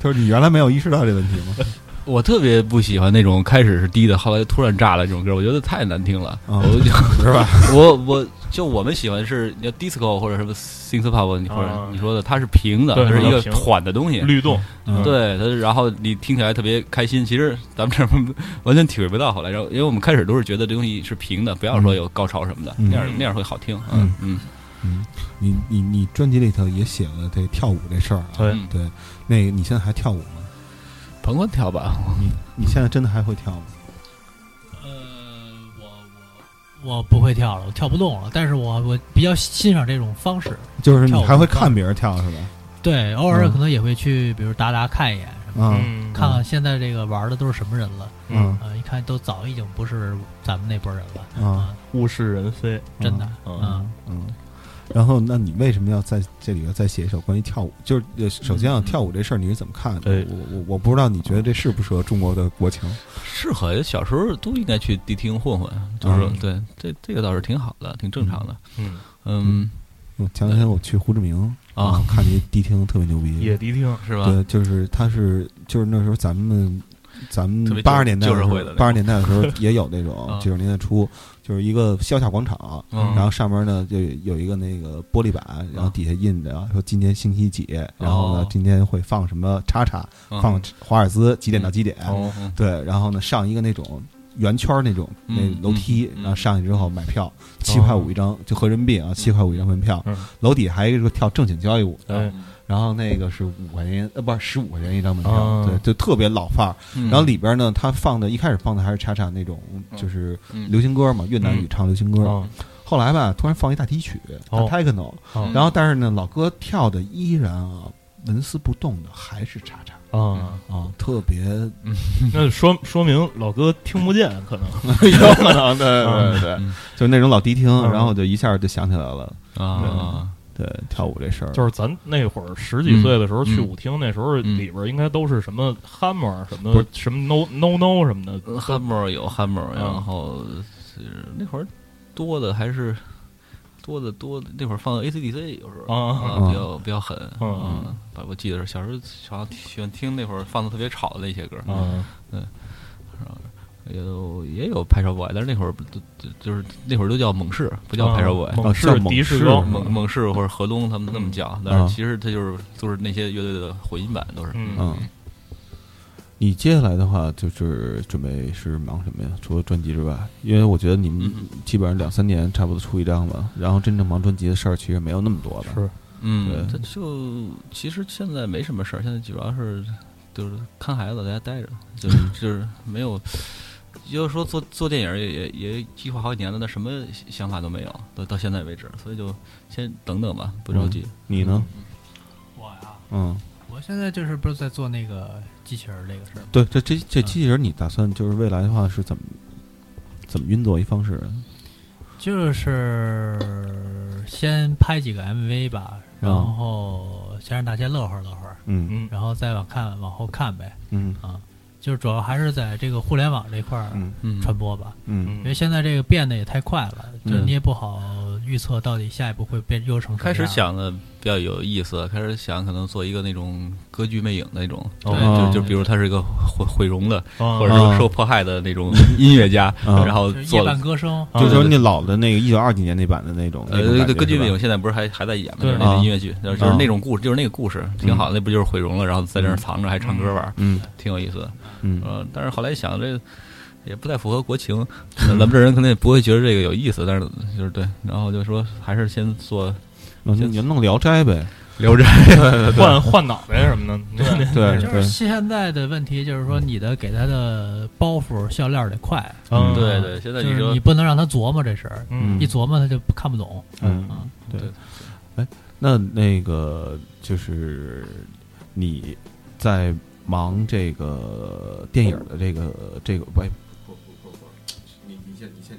S2: 就是你原来没有意识到这问题吗？
S4: 我特别不喜欢那种开始是低的，后来突然炸了这种歌，我觉得太难听了，
S2: 啊
S4: 我就是
S2: 吧？
S4: 我我就我们喜欢是你要 disco 或者什么 synth pop，你或者
S3: 啊
S4: 你说的它是平的，
S3: 对
S4: 它是一
S3: 它
S4: 个
S3: 是平的
S4: 缓的东西，
S3: 律动，
S2: 嗯
S4: 对，它然后你听起来特别开心，其实咱们这儿完全体会不到。后来，然后因为我们开始都是觉得这东西是平的，不要说有高潮什么的，
S2: 嗯
S4: 那样那样会好听。嗯嗯，
S2: 嗯，你你你专辑里头也写了这跳舞这事儿啊。
S3: 对
S4: 嗯
S2: 对，那个你现在还跳舞吗？
S4: 甭管跳吧，
S2: 你你现在真的还会跳吗？
S5: 呃，我我我不会跳了，我跳不动了，但是我我比较欣赏这种方式。
S2: 就是
S5: 跳
S2: 你
S5: 舞
S2: 还会看别人跳是吧？
S5: 对，偶尔
S2: 嗯
S5: 可能也会去，比如达达看一眼什么，
S2: 啊
S3: 嗯
S5: 看看现在这个玩的都是什么人了。
S2: 嗯
S5: 啊、一看都早已经不是咱们那波人了，
S2: 啊
S3: 物是人非，
S5: 真的，
S3: 嗯
S5: 嗯，
S2: 嗯。然后，那你为什么要在这里边再写一首关于跳舞？就是呃首先啊，
S4: 嗯
S2: 跳舞这事儿你是怎么看的
S3: 对？
S2: 我我我不知道，你觉得这适不适合中国的国情？
S4: 是好像小时候都应该去迪厅混混，就是说
S3: 嗯
S4: 对这这个倒是挺好的，挺正常的。
S3: 嗯，
S4: 嗯
S2: 我前两天我去胡志明
S4: 啊，
S3: 嗯
S2: 看见一迪厅特别牛逼，
S3: 野迪厅，
S4: 是吧？
S2: 对，就是他是就是那时候咱们咱
S4: 特别旧
S2: 们八十年代
S4: 旧社会的那种
S2: 八十年代的时候也有那种
S4: 嗯
S2: 九十年代初，就是一个消夏广场，
S4: 嗯
S2: 然后上面呢就有一个那个玻璃板，然后底下印着说今天星期几，然后呢
S4: 哦
S2: 今天会放什么叉叉，
S4: 嗯
S2: 放华尔兹几点到几点，
S4: 哦，嗯
S2: 对，然后呢上一个那种圆圈儿那种那
S4: 嗯
S2: 楼梯，
S4: 嗯嗯
S2: 然后上去之后买票，七块五一张，就合人民币啊，七块五一张门票
S3: 嗯。
S2: 楼底还有一个跳正经交谊舞的，
S3: 哎
S2: 然后那个是五块钱，呃，不是十五块钱一张门票，
S3: 啊
S2: 对，就特别老范儿。
S4: 嗯
S2: 然后里边呢，他放的一开始放的还是叉叉那种就是
S4: 嗯
S2: 流行歌嘛，越南语唱流行歌。
S3: 啊
S2: 后来吧，突然放一大提曲，大
S3: 哦
S2: techno，
S3: 哦
S2: 然后但是呢，老哥跳的依然啊纹丝不动的还是叉叉
S3: 啊，
S2: 啊，特别
S3: 那说说明老哥听不见，可能
S2: 有可 能，对对对
S4: 嗯，
S2: 就是那种老迪厅，
S3: 嗯
S2: 然后就一下就想起来了，
S4: 啊，
S2: 对跳舞这事儿，
S3: 就是咱那会儿十几岁的时候
S4: 嗯
S3: 去舞厅，那时候
S4: 嗯
S3: 里边应该都是什么 Hammer 什
S2: 不
S3: 么
S2: 是
S3: 什么 No No No 什么的，
S4: Hammer 呃有 Hammer，
S3: 嗯
S4: 然后是那会儿多的还是多的多的，那会儿放 ACDC 有时候
S3: 啊
S4: 啊
S2: 啊
S4: 比较比较狠，
S3: 嗯
S4: 嗯，把我记得是小时候小时候喜欢听那会儿放的特别吵的那些歌，
S3: 啊
S4: 也有也有拍手 boy，但是那会儿不就就就是那会儿都叫猛士，不叫拍手 boy。
S3: 猛
S2: 啊
S3: 士
S2: 叫猛
S3: 嗯迪士
S2: 士
S3: 高，
S4: 猛猛士或者河东他们都那么叫，但
S2: 啊
S4: 是其实它就是都是那些乐队的混音版，都是
S3: 嗯，
S2: 嗯。你接下来的话就是准备是忙什么呀？除了专辑之外，因为我觉得你们
S4: 嗯
S2: 基本上两三年差不多出一张吧，然后真正忙专辑的事儿其实没有那么多了。
S3: 是
S4: 嗯，
S2: 对
S4: 他就其实现在没什么事儿，现在主要是就是看孩子，在家待着，就是就是没有，就是说做做电影儿也也也计划好几年了，但什么想法都没有，到到现在为止，所以就先等等吧，不着急。
S2: 你呢？
S5: 我呀，
S2: 嗯，
S5: 我现在就是不是在做那个机器人儿这个事儿吗？
S2: 对，这这这机器人，你打算就是未来的话是怎么怎么运作一方式？
S5: 就是先拍几个 MV 吧，然
S2: 啊
S5: 后先让大家乐呵乐呵，
S2: 嗯
S3: 嗯
S5: 然后再往看往后看呗。
S2: 嗯
S5: 啊，就是主要还是在这个互联网这块儿
S2: 嗯
S4: 嗯
S5: 传播吧，
S2: 嗯
S5: 因为现在这个变得也太快了，
S2: 嗯
S5: 就你也不好预测到底下一步会变又成什么
S4: 开
S5: 样
S4: 始想的比较有意思，开始想可能做一个那种歌剧魅影那种，对
S2: 哦
S4: 就就比如他是一个毁毁容的，
S3: 啊
S4: 或者
S2: 啊
S4: 说受迫害的那种音乐家，
S2: 啊
S4: 然后
S5: 就是
S4: 做
S5: 夜
S4: 了啊
S5: 半歌声，
S2: 就是说那老的那个一九二几年那版的那种，那种
S4: 呃，
S2: 感
S4: 对，
S2: 觉
S4: 歌剧
S2: 是吧
S4: 魅影现在不是啊还还在演吗？
S3: 对
S4: 就是那个音乐剧，就是就是那种故事，就是那个故事挺好的，那不就是毁容了，然后在那儿藏着还唱歌玩儿，
S2: 嗯
S4: 挺有意思的。
S2: 嗯
S4: 呃，但是后来一想这也不太符合国 情，咱们这人可能也不会觉得这个有意思，但是就是对，然后就说还是先做《
S2: 那你就弄《聊斋》呗，
S4: 聊斋》
S3: 换换脑袋什么的， 对
S2: 对
S5: 就是
S2: 对，
S5: 现在的问题就是说你的给他的包袱笑料得快，
S2: 嗯
S4: 对对，现在
S5: 就
S4: 你
S5: 是
S4: 说
S5: 你不能让他琢磨这事儿，
S3: 嗯
S5: 一琢磨他就看不懂。
S2: 嗯
S5: 嗯
S2: 对
S4: 对。
S2: 哎，那那个就是你在忙这个电影的这个这个喂。你你先你先，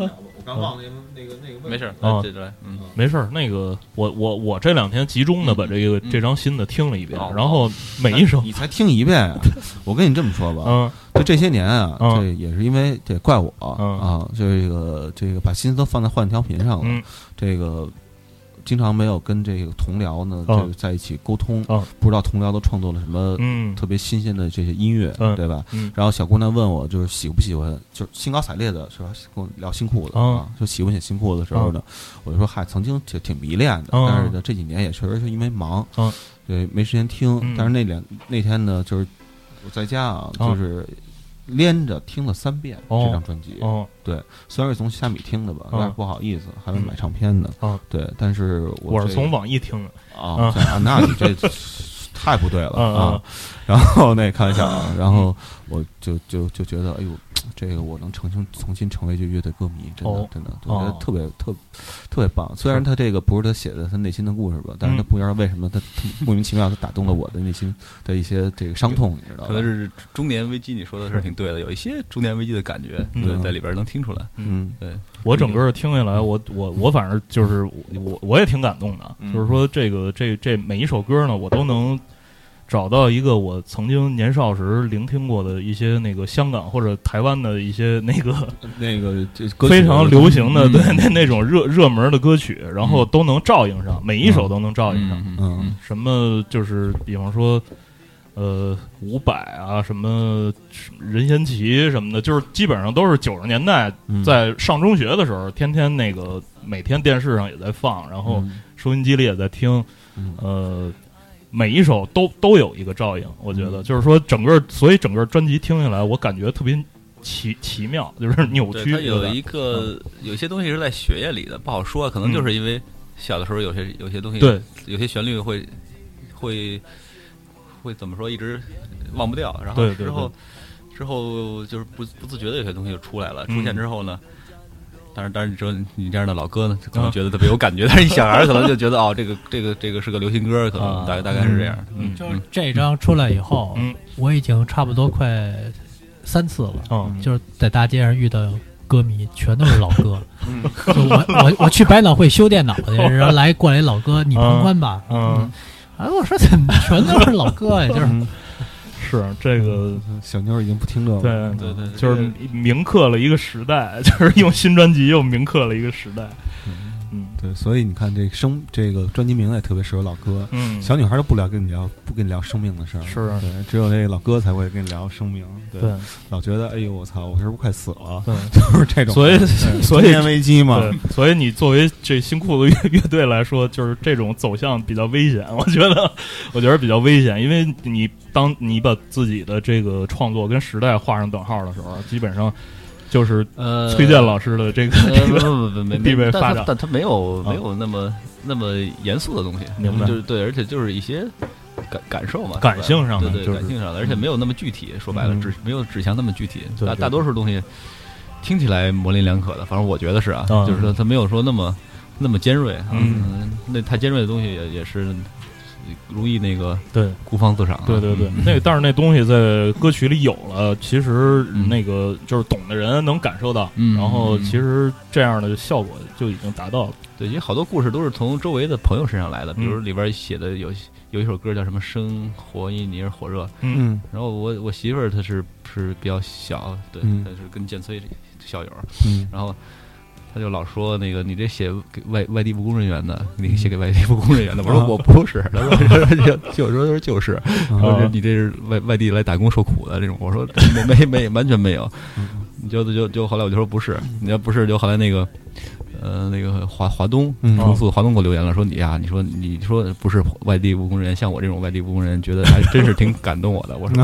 S2: 我刚忘了那个那个
S4: 没事儿，
S3: 哦
S4: 来这来，嗯，
S3: 没事儿，那个我我我这两天集中的把这个、
S4: 嗯
S3: 这张新的听了一遍，
S2: 嗯
S4: 哦
S3: 然后每一首
S2: 你才听一遍啊！我跟你这么说吧，
S3: 嗯
S2: 就这些年啊，
S3: 嗯
S2: 这也是因为这怪我
S3: 嗯
S2: 啊，这个这个把心思都放在换调频上了
S3: 嗯，
S2: 这个经常没有跟这个同僚呢，
S3: 嗯
S2: 这个在一起沟通
S3: 嗯，
S2: 不知道同僚都创作了什么
S3: 嗯
S2: 特别新鲜的这些音乐，
S3: 嗯
S2: 对吧？
S3: 嗯
S2: 然后小姑娘问我，就是喜不喜欢，就是兴高采烈的说跟我聊新裤子
S3: 嗯
S2: 啊，就喜不喜欢新裤子的时候呢，我就说嗨，曾经挺挺迷恋的，
S3: 嗯
S2: 但是呢这几年也确实是因为忙
S3: 嗯，
S2: 对，没时间听
S3: 嗯。
S2: 但是那两那天呢，就是我在家啊，
S3: 嗯
S2: 就是连着听了三遍
S3: 哦
S2: 这张专辑，
S3: 哦
S2: 虽然是从虾米听的吧，有点
S3: 嗯
S2: 不好意思，还没买唱片呢
S3: 嗯。
S2: 对，但是我
S3: 我是
S2: 这
S3: 从网易听的，
S2: 啊，这啊那你这太不对了
S3: 嗯
S2: 啊！然后那开玩笑啊，然后我就就就觉得，哎呦，这个我能重新重新成为这乐队歌迷，真的
S3: 哦
S2: 真的，我觉得
S3: 哦
S2: 特别特特别棒。虽然他这个不是他写的他内心的故事吧，但是他
S3: 嗯
S2: 不知道为什么他他莫名其妙他打动了我的内心的一些这个伤痛，你知道吧？
S4: 可能是中年危机，你说的是挺对的，有一些中年危机的感觉，
S3: 嗯
S4: 对，在里边能听出来，
S2: 嗯
S4: 对，
S3: 我整个听下来，我我我反正就是我我也挺感动的，
S2: 嗯
S3: 就是说这个这这每一首歌呢，我都能找到一个我曾经年少时聆听过的一些那个香港或者台湾的一些那个
S2: 那个这歌曲
S3: 非常流行的、
S4: 嗯
S3: 对那那种热热门的歌曲，然
S2: 嗯
S3: 后都能照应上，每一首都能照应上。
S4: 嗯
S2: 嗯
S3: 什么就是比方说，呃伍佰啊，什么什么任贤齐什么的，就是基本上都是九十年代
S2: 嗯
S3: 在上中学的时候，天天那个每天电视上也在放，然后
S2: 嗯
S3: 收音机里也在听，
S2: 嗯
S3: 呃，每一首都都有一个照应，我觉
S2: 嗯
S3: 得、就是说整个，所以整个专辑听下来，我感觉特别奇奇妙，就是嗯扭
S4: 对，
S3: 曲
S4: 它
S3: 的感觉，
S4: 有一个有些东西是在血液里的，不好说，可能就是因为小的时候有些有些东西，
S3: 嗯对，
S4: 有些旋律会会会怎么说，一直忘不掉，然后
S3: 对对
S4: 之后之后就是不不自觉的有些东西就出来了，
S3: 嗯
S4: 出现之后呢。但是，但是你说你这样的老哥呢，可
S3: 嗯
S4: 能觉得特别有感觉，但是一小孩儿可能就觉得哦，这个这个这个是个流行歌，可能
S3: 啊
S4: 大概大概是这样。嗯，
S5: 就是这张出来以后，
S3: 嗯
S5: 我已经差不多快三次了，
S4: 哦
S3: 嗯
S5: 就是在大街上遇到歌迷，全都是老哥。
S4: 嗯
S5: 就我我我去百脑汇修电脑去，然后来过来一老哥，你旁观吧。
S3: 嗯，
S5: 哎，我说怎么全都是老哥呀？就是
S3: 是这个。
S2: 小妞儿已经不听这个
S3: 对
S2: 了，
S4: 对对，对
S3: 就是铭刻了一个时代， 就是用新专辑又铭刻了一个时代。嗯
S2: 对，所以你看这生这个专辑名也特别适合老哥，
S3: 嗯，
S2: 小女孩儿都不聊跟你聊不跟你聊生命的事儿，
S3: 是啊
S2: 对，只有这老哥才会跟你聊生命，对，
S3: 对
S2: 老觉得哎呦我操，我是不是快死了？
S3: 对，
S2: 就是这种，
S3: 所以
S2: 对
S3: 所以
S2: 中年危机嘛，
S3: 对，所以你作为这新裤子乐乐队来说，就是这种走向比较危险， 我觉得，我觉得比较危险，因为你当你把自己的这个创作跟时代画上等号的时候，基本上就是
S4: 呃，
S3: 崔健老师的这个
S4: 呃，
S3: 这
S4: 不
S3: 个，
S4: 不不没
S3: 地位
S4: 但
S3: 发
S4: 它
S3: 展
S4: 但它没有
S3: 啊
S4: 没有那么那么严肃的东西，嗯
S3: 明白
S4: 就是对，而且就是一些感感受嘛，
S3: 感性上的
S4: 对
S3: 就
S4: 对，
S3: 是
S4: 感性上的，而且没有那么具体，说白了，
S3: 嗯
S4: 指没有指向那么具体，
S3: 对
S4: 大
S3: 对
S4: 大多数东西听起来模棱两可的，反正我觉得是啊，
S3: 嗯
S4: 就是说它没有说那么那么尖锐，啊
S3: 嗯，
S4: 那太尖锐的东西也也是容易那个
S3: 对
S4: 孤芳自赏啊，
S3: 对对对，那但是那东西在歌曲里有了，其实那个就是懂的人能感受到，
S4: 嗯
S3: 然后
S4: 嗯
S3: 其实这样的效果就已经达到了。
S4: 对，因为好多故事都是从周围的朋友身上来的，比如
S3: 嗯
S4: 里边写的有有一首歌叫什么《生活因你而火热》，
S2: 嗯，
S4: 然后我我媳妇儿她是是比较小，对，
S2: 嗯
S4: 她是跟建崔校友，
S2: 嗯
S4: 然后她就老说那个你这写给外外地务工人员的，你写给外地务工人员的，我说
S2: 嗯啊
S4: 我不 是，她说就就说就是，
S2: 嗯
S4: 我说
S3: 啊
S4: 你这是外外地来打工受苦的这种，我说 没没没完全没有，你就就就后来我就说不是，你要不是就后来那个。呃，那个华华东
S2: 嗯
S4: 重塑华东给我留言了，说你呀，你说你说不是外地务工人员，像我这种外地务工人，觉得还真是挺感动我的。我说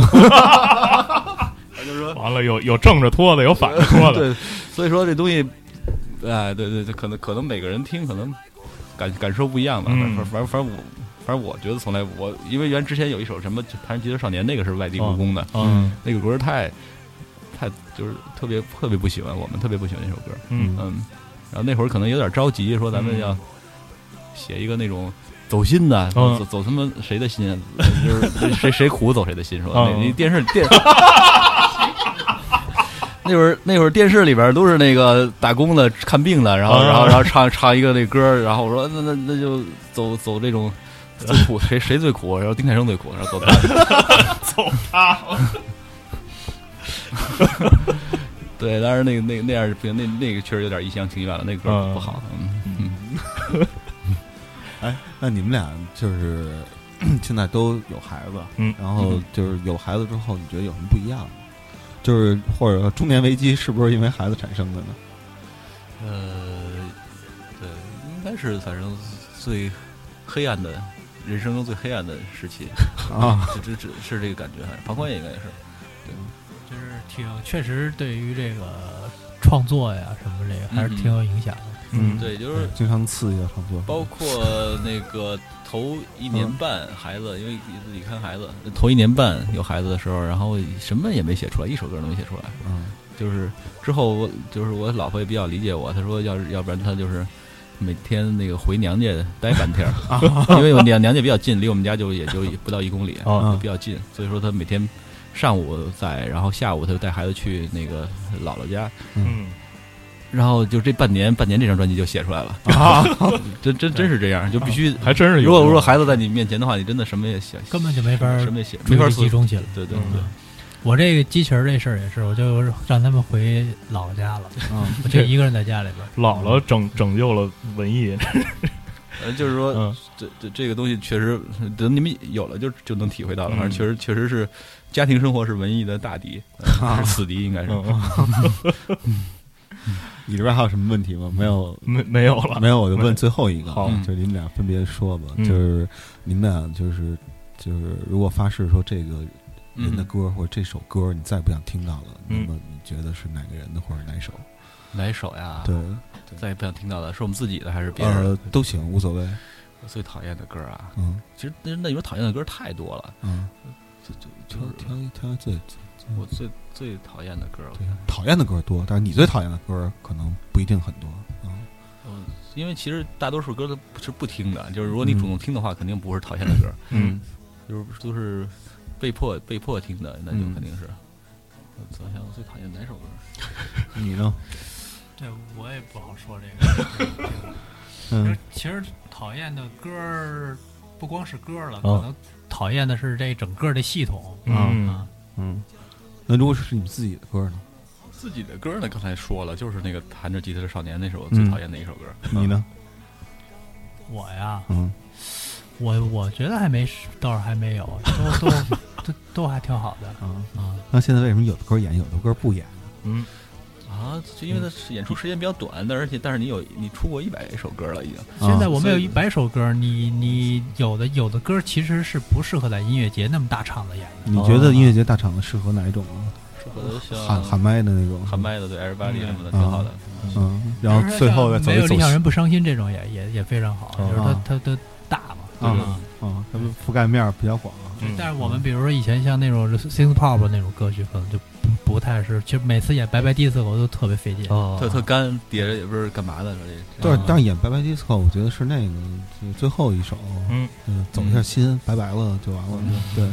S3: 完了，有有正着拖的，有反着拖的，
S4: 对，所以说这东西，哎，对对对，可能可能每个人听可能感感受不一样吧。
S3: 嗯
S4: 反反反正我反正我觉得从来我因为原之前有一首什么《弹人吉他少年》，那个是外地务工的，
S3: 嗯
S4: 那个歌太太就是特别特别不喜欢，我们特别不喜欢那首歌。
S3: 嗯
S4: 嗯，然后那会儿可能有点着急，说咱们
S3: 嗯
S4: 要写一个那种。走心的，
S3: 嗯
S4: 走走他妈谁的心啊？就是谁谁苦走谁的心，是吧？
S3: 嗯
S4: 那那电视电 那会儿那会儿电视里边都是那个打工的、看病的，然后
S3: 啊
S4: 然后然后唱唱一个那歌儿，然后我说那那那就走走这种最苦，谁谁最苦？然后丁太升最苦，然后走他。
S3: 走他。
S4: 对，当然那个那那样不行，那那个确实有点一厢情愿了，那歌儿不好。嗯
S2: 那你们俩就是 现在都有孩子，
S3: 嗯
S2: 然后就是有孩子之后，你觉得有什么不一样吗？就是或者说中年危机是不是因为孩子产生的呢？
S4: 呃，对，应该是反正最黑暗的人生中最黑暗的时期，
S2: 啊，
S4: 这这这是这个感觉，反正庞宽也应该也是。
S5: 就是挺确实对于这个创作呀什么这个还是挺有影响的。
S3: 嗯，
S4: 对，就是
S2: 经常刺激的创作，
S4: 包括那个头一年半孩子，因为自己看孩子，头一年半有孩子的时候，然后什么也没写出来，一首歌都没写出来。
S2: 嗯
S4: 就是之后我就是我老婆也比较理解我，她说要是要不然她就是每天那个回娘家待半天儿，因为我娘娘家比较近，离我们家就也就不到一公里，
S3: 哦
S4: 就比较近，所以说她每天上午在，然后下午她就带孩子去那个姥姥家，
S3: 嗯
S4: 然后就这半年半年这张专辑就写出来
S3: 嗯
S4: 了，
S2: 啊，
S4: 真真真是这样，就必须。
S3: 还真是有。
S4: 如果如果孩子在你面前的话，你真的什么也写，
S5: 根本就没法
S4: 嗯什么也写，
S5: 注
S4: 没
S5: 意
S4: 法
S5: 力
S4: 思
S5: 集。中起来。
S4: 对对
S3: 嗯
S4: 对，
S5: 我这个机器人这事儿也是，我就让他们回姥姥家了，
S2: 嗯
S5: 我就一个人在家里边儿。
S3: 姥姥拯拯救了文艺，
S4: 呃，就是说，
S3: 嗯
S4: 这这这个东西确实，等你们有了就就能体会到了。
S3: 嗯
S4: 反正确实确实是，家庭生活是文艺的大敌，呃是死敌应该是。
S3: 嗯，
S2: 你这边还有什么问题吗？没有，
S3: 没没有了，
S2: 没有，我就问最后一个，嗯
S3: 好
S2: 就是你们俩分别说吧，
S3: 嗯
S2: 就是你们俩就是就是如果发誓说这个
S5: 嗯
S2: 人的歌或者这首歌你再不想听到了，那
S3: 嗯
S2: 么你觉得是哪个人的或者哪首？
S4: 哪一首呀？
S2: 对，
S4: 再也不想听到的是我们自己的还是别人的？
S2: 呃，都行，无所谓。
S4: 我最讨厌的歌啊，
S2: 嗯
S4: 其实那那里面讨厌的歌太多了。
S2: 嗯，挑
S4: 就是
S2: 挑一挑最
S4: 我最最讨厌的歌，我
S2: 对讨厌的歌多，但是你最讨厌的歌可能不一定很多。嗯
S4: 嗯，因为其实大多数歌都不是不听的，就是如果你
S2: 嗯
S4: 主动听的话，肯定不是讨厌的歌，
S3: 嗯，
S4: 就是都是被迫被迫听的，那就
S2: 嗯
S4: 肯定是。我想想，我最讨厌哪首歌？
S2: 你呢？
S5: 对，我也不好说这个。
S2: 嗯
S5: 其实讨厌的歌儿不光是歌儿了，
S2: 哦
S5: 可能讨厌的是这整个的系统。
S3: 嗯
S5: 啊，
S2: 嗯，那如果是你们自己的歌呢？
S4: 自己的歌呢？刚才说了，就是那个弹着吉他的少年，那是我
S2: 嗯
S4: 最讨厌的一首歌。
S2: 你呢？
S5: 我呀，
S2: 嗯，
S5: 我我觉得还没，倒是还没有，都都都都还挺好的
S2: 啊，
S5: 啊。
S2: 那现在为什么有的歌演，有的歌不演？
S3: 嗯，
S4: 啊，就因为它是
S2: 嗯
S4: 演出时间比较短，但而且但是你有你出过一百首歌了已经。
S5: 现
S2: 啊
S5: 在我们有
S4: 所以
S5: 一百首歌，你你有的有的歌其实是不适合在音乐节那么大场子演的。
S2: 你觉得音乐节大场子适合哪一种啊？
S4: 呃像
S2: 喊喊麦的那种，
S4: 喊。麦的对 everybody 什么的
S2: 嗯
S4: 挺好的。
S2: 嗯，然后最后再走
S5: 没有
S2: 一走
S5: 理想人不伤心这种也也也非常好，
S2: 嗯
S5: 就是它它它大嘛。
S2: 啊
S5: 对吧
S2: 啊，它们覆盖面儿比较广。
S3: 嗯
S5: 但是我们比如说以前像那种 synth pop 那种歌曲，可能就不不太是。其实每次演《白白 disco》我都特别费劲。
S2: 哦
S4: 特特干，叠着也不是干嘛的，说这
S2: 但是但是演《白白 disco》，我觉得是那个就最后一首，
S3: 嗯
S2: 嗯，走一下心，拜拜了就完了。
S4: 嗯
S2: 对，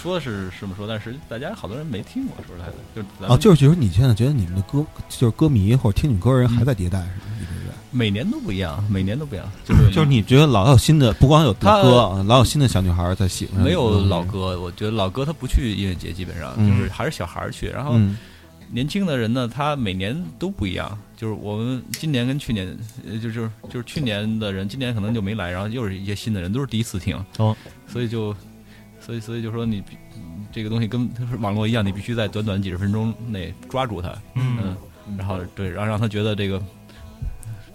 S4: 说是这么说，但是大家好多人没听过，说实在的，就是咱
S2: 啊，
S4: 们
S2: 就是就是你现在觉得你们的歌，就是歌迷或者听你歌人还在迭代，是
S4: 嗯
S2: 吗？一直在。
S4: 每年都不一样，每年都不一样，就是
S2: 就是你觉得老有新的，不光有
S4: 他
S2: 老歌啊，老有新的小女孩儿在喜欢嗯上
S4: 没
S2: 你
S4: 有老，歌，我觉得老歌他不去音乐节，基本上
S2: 嗯
S4: 就是还是小孩儿去，然后
S2: 嗯
S4: 年轻的人呢，他每年都不一样，就是我们今年跟去年，呃，就就是就是去年的人，今年可能就没来，然后又是一些新的人，都是第一次听，
S3: 哦，
S4: 所以就，所以所以就说你必这个东西跟就是网络一样，你必须在短短几十分钟内抓住它，
S3: 嗯
S4: 嗯，然后对，然后让他觉得这个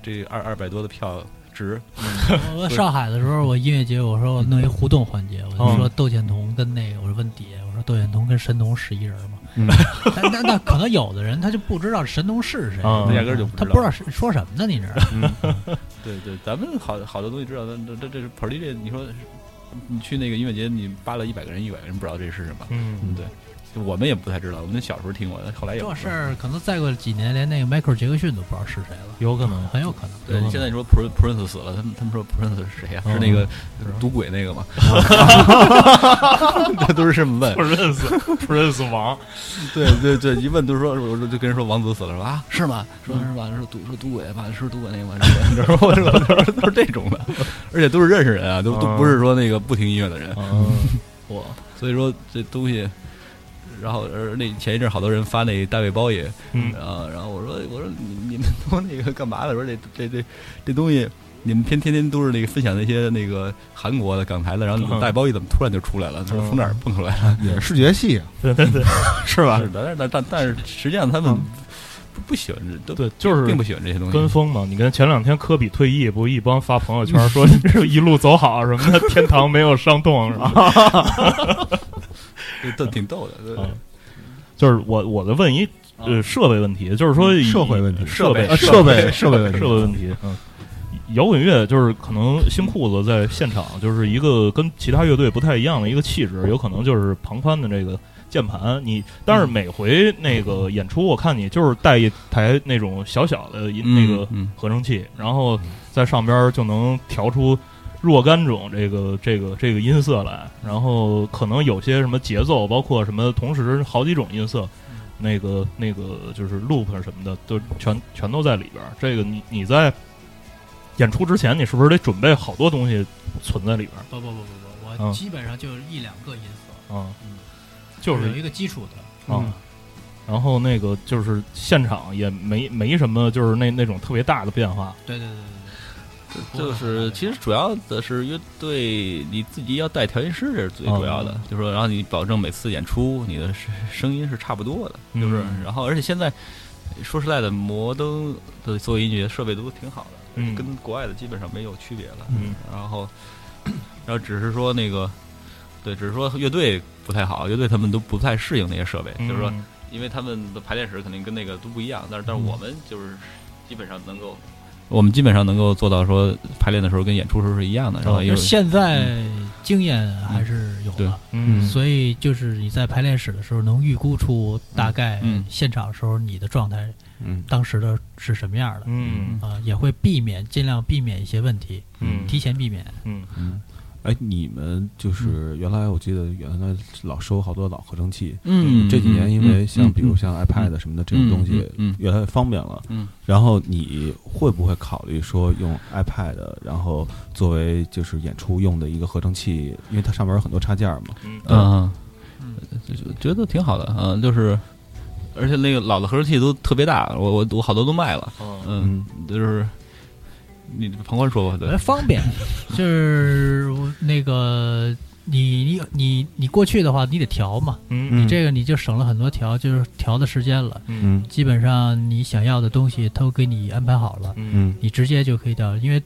S4: 这二二百多的票值，
S5: 我我上海的时候，我音乐节我说我弄一互动环节，我
S2: 哦
S5: 就说窦建彤跟那个，我说问底下，我说窦建彤跟神童是一人吗？
S2: 嗯
S5: 但但但可能有的人他就不知道神童是谁，
S2: 啊
S3: 嗯
S4: 他压根儿就不
S5: 他
S4: 知
S5: 不知
S4: 道
S5: 道。是说什么呢，你知道吗？
S4: 对对，咱们好好多东西知道，但这这这是 p o l i t 你说你去那个音乐节，你扒了一百个人，一百个人不知道这是什么。
S3: 嗯，
S4: 对，我们也不太知道，我们小时候听过，后来也不
S5: 这
S4: 知
S5: 事
S4: 道。
S5: 儿可能再过几年，连那个迈克尔杰克逊都不知道是谁了，
S3: 有可能，
S5: 很有可能。
S4: 对，现在说 Prince Prince 死了，他们他们说 Prince 是谁呀、啊
S3: 嗯
S4: 是那个赌鬼那个 吗？ 这都是这么问
S3: 不。认识， 不认识王，
S4: 对对对，一问都说，我说就跟人说王子死了，说啊是吗？说是吧？说赌说赌鬼吧， 是赌鬼那个吗？你知道吗？都是这种的，而且都是认识人啊，都都不是说那个不听音乐的人。
S3: 嗯
S4: 我所以说这东西，然后而那前一阵好多人发那大卫包也，
S3: 嗯
S4: 啊，然后我说我说你你们都那个干嘛的？我说这这这这东西，你们天天天都是那个分享那些那个韩国的港台的，然后你们
S3: 嗯
S4: 大卫包也怎么突然就出来了？他说
S3: 嗯
S4: 从哪儿蹦出来了？
S2: 也是视觉系啊，
S3: 对对对，是吧
S4: 是？的，但但但但是实际上他们
S2: 嗯
S4: 不不喜欢这都
S3: 对，就是
S4: 并不喜欢这些东
S3: 跟
S4: 西。
S3: 风嘛。你看前两天科比退役，不一帮发朋友圈说 是一路走好什么的，天堂没有伤痛什么的。
S4: 这都挺逗的，对
S3: 嗯就是我我的问一呃设备问题，就是说以
S2: 嗯社会问题
S3: 设备
S2: 啊设备设备问题
S3: 设备问题，嗯。摇滚乐就是可能新裤子在现场就是一个跟其他乐队不太一样的一个气质，有可能就是庞宽的这个键盘。你但是每回那
S2: 嗯
S3: 个演出，我看你就是带一台那种小小的一那个
S4: 嗯
S3: 合成器，然后在上边儿就能调出若干种这个这个这个音色来，然后可能有些什么节奏，包括什么同时好几种音色，
S4: 嗯
S3: 那个那个就是 loop 啊什么的，都全全都在里边儿。这个你你在演出之前，你是不是得准备好多东西存在里边
S5: 不不不不不，
S3: 嗯
S5: 我基本上就是一两个音色，
S3: 儿啊？
S4: 嗯
S3: 就
S5: 有
S3: 是
S5: 一个基础的。
S3: 啊。然后那个就是现场也没没什么，就是那那种特别大的变化，
S5: 对对对对对。
S4: 就是其实主要的是乐队你自己要带调音师，这是最主要的，就是说，然后你保证每次演出你的声声音是差不多的，
S3: 嗯
S4: 就是，然后而且现在说实在的，摩登的所有音乐设备都挺好的，
S3: 嗯
S4: 跟国外的基本上没有区别了，
S3: 嗯，
S4: 然后，然后只是说那个，对，只是说乐队不太好，乐队他们都不太适应那些设备，
S3: 嗯
S4: 就是说，因为他们的排练室肯定跟那个都不一样，但是但是我们就是基本上能够，嗯我们基本上能够做到说排练的时候跟演出时候是一样
S2: 哦
S4: 的，然后因
S5: 就
S4: 为
S5: 是啊现在经验还是有
S4: 对
S5: 了，
S3: 嗯，
S5: 所以就是你在排练室的时候能预估出大概
S4: 嗯嗯
S5: 现场时候你的状态
S2: 嗯，
S5: 当时的是什么样的
S3: 嗯
S5: 啊，也会避免尽量避免一些问题，
S3: 嗯
S5: 提前避免。
S3: 嗯
S2: 哎，你们就是原来我记得原来老收好多老合成器，
S4: 嗯
S2: 这几年因为像比如
S4: 像
S2: 像 iPad 什么的这种东西
S4: 嗯
S2: 越来越方便了，
S4: 嗯，
S2: 然后你会不会考虑说用 iPad，然后作为就是演出用的一个合成器，因为它上面有很多插件嘛，
S3: 嗯
S4: 嗯，觉得挺好的，嗯，就是。而且那个老的合成器都特别大，我我我好多都卖了，
S3: 嗯
S4: 嗯，就是你旁观说吧，对
S5: 呃，方便，就是那个你你你你过去的话，你得调嘛，
S3: 嗯
S5: 这个你就省了很多调，就是调的时间了。
S3: 嗯
S5: 基本上你想要的东西，它都给你安排好了，
S3: 嗯
S5: 你直接就可以调。因为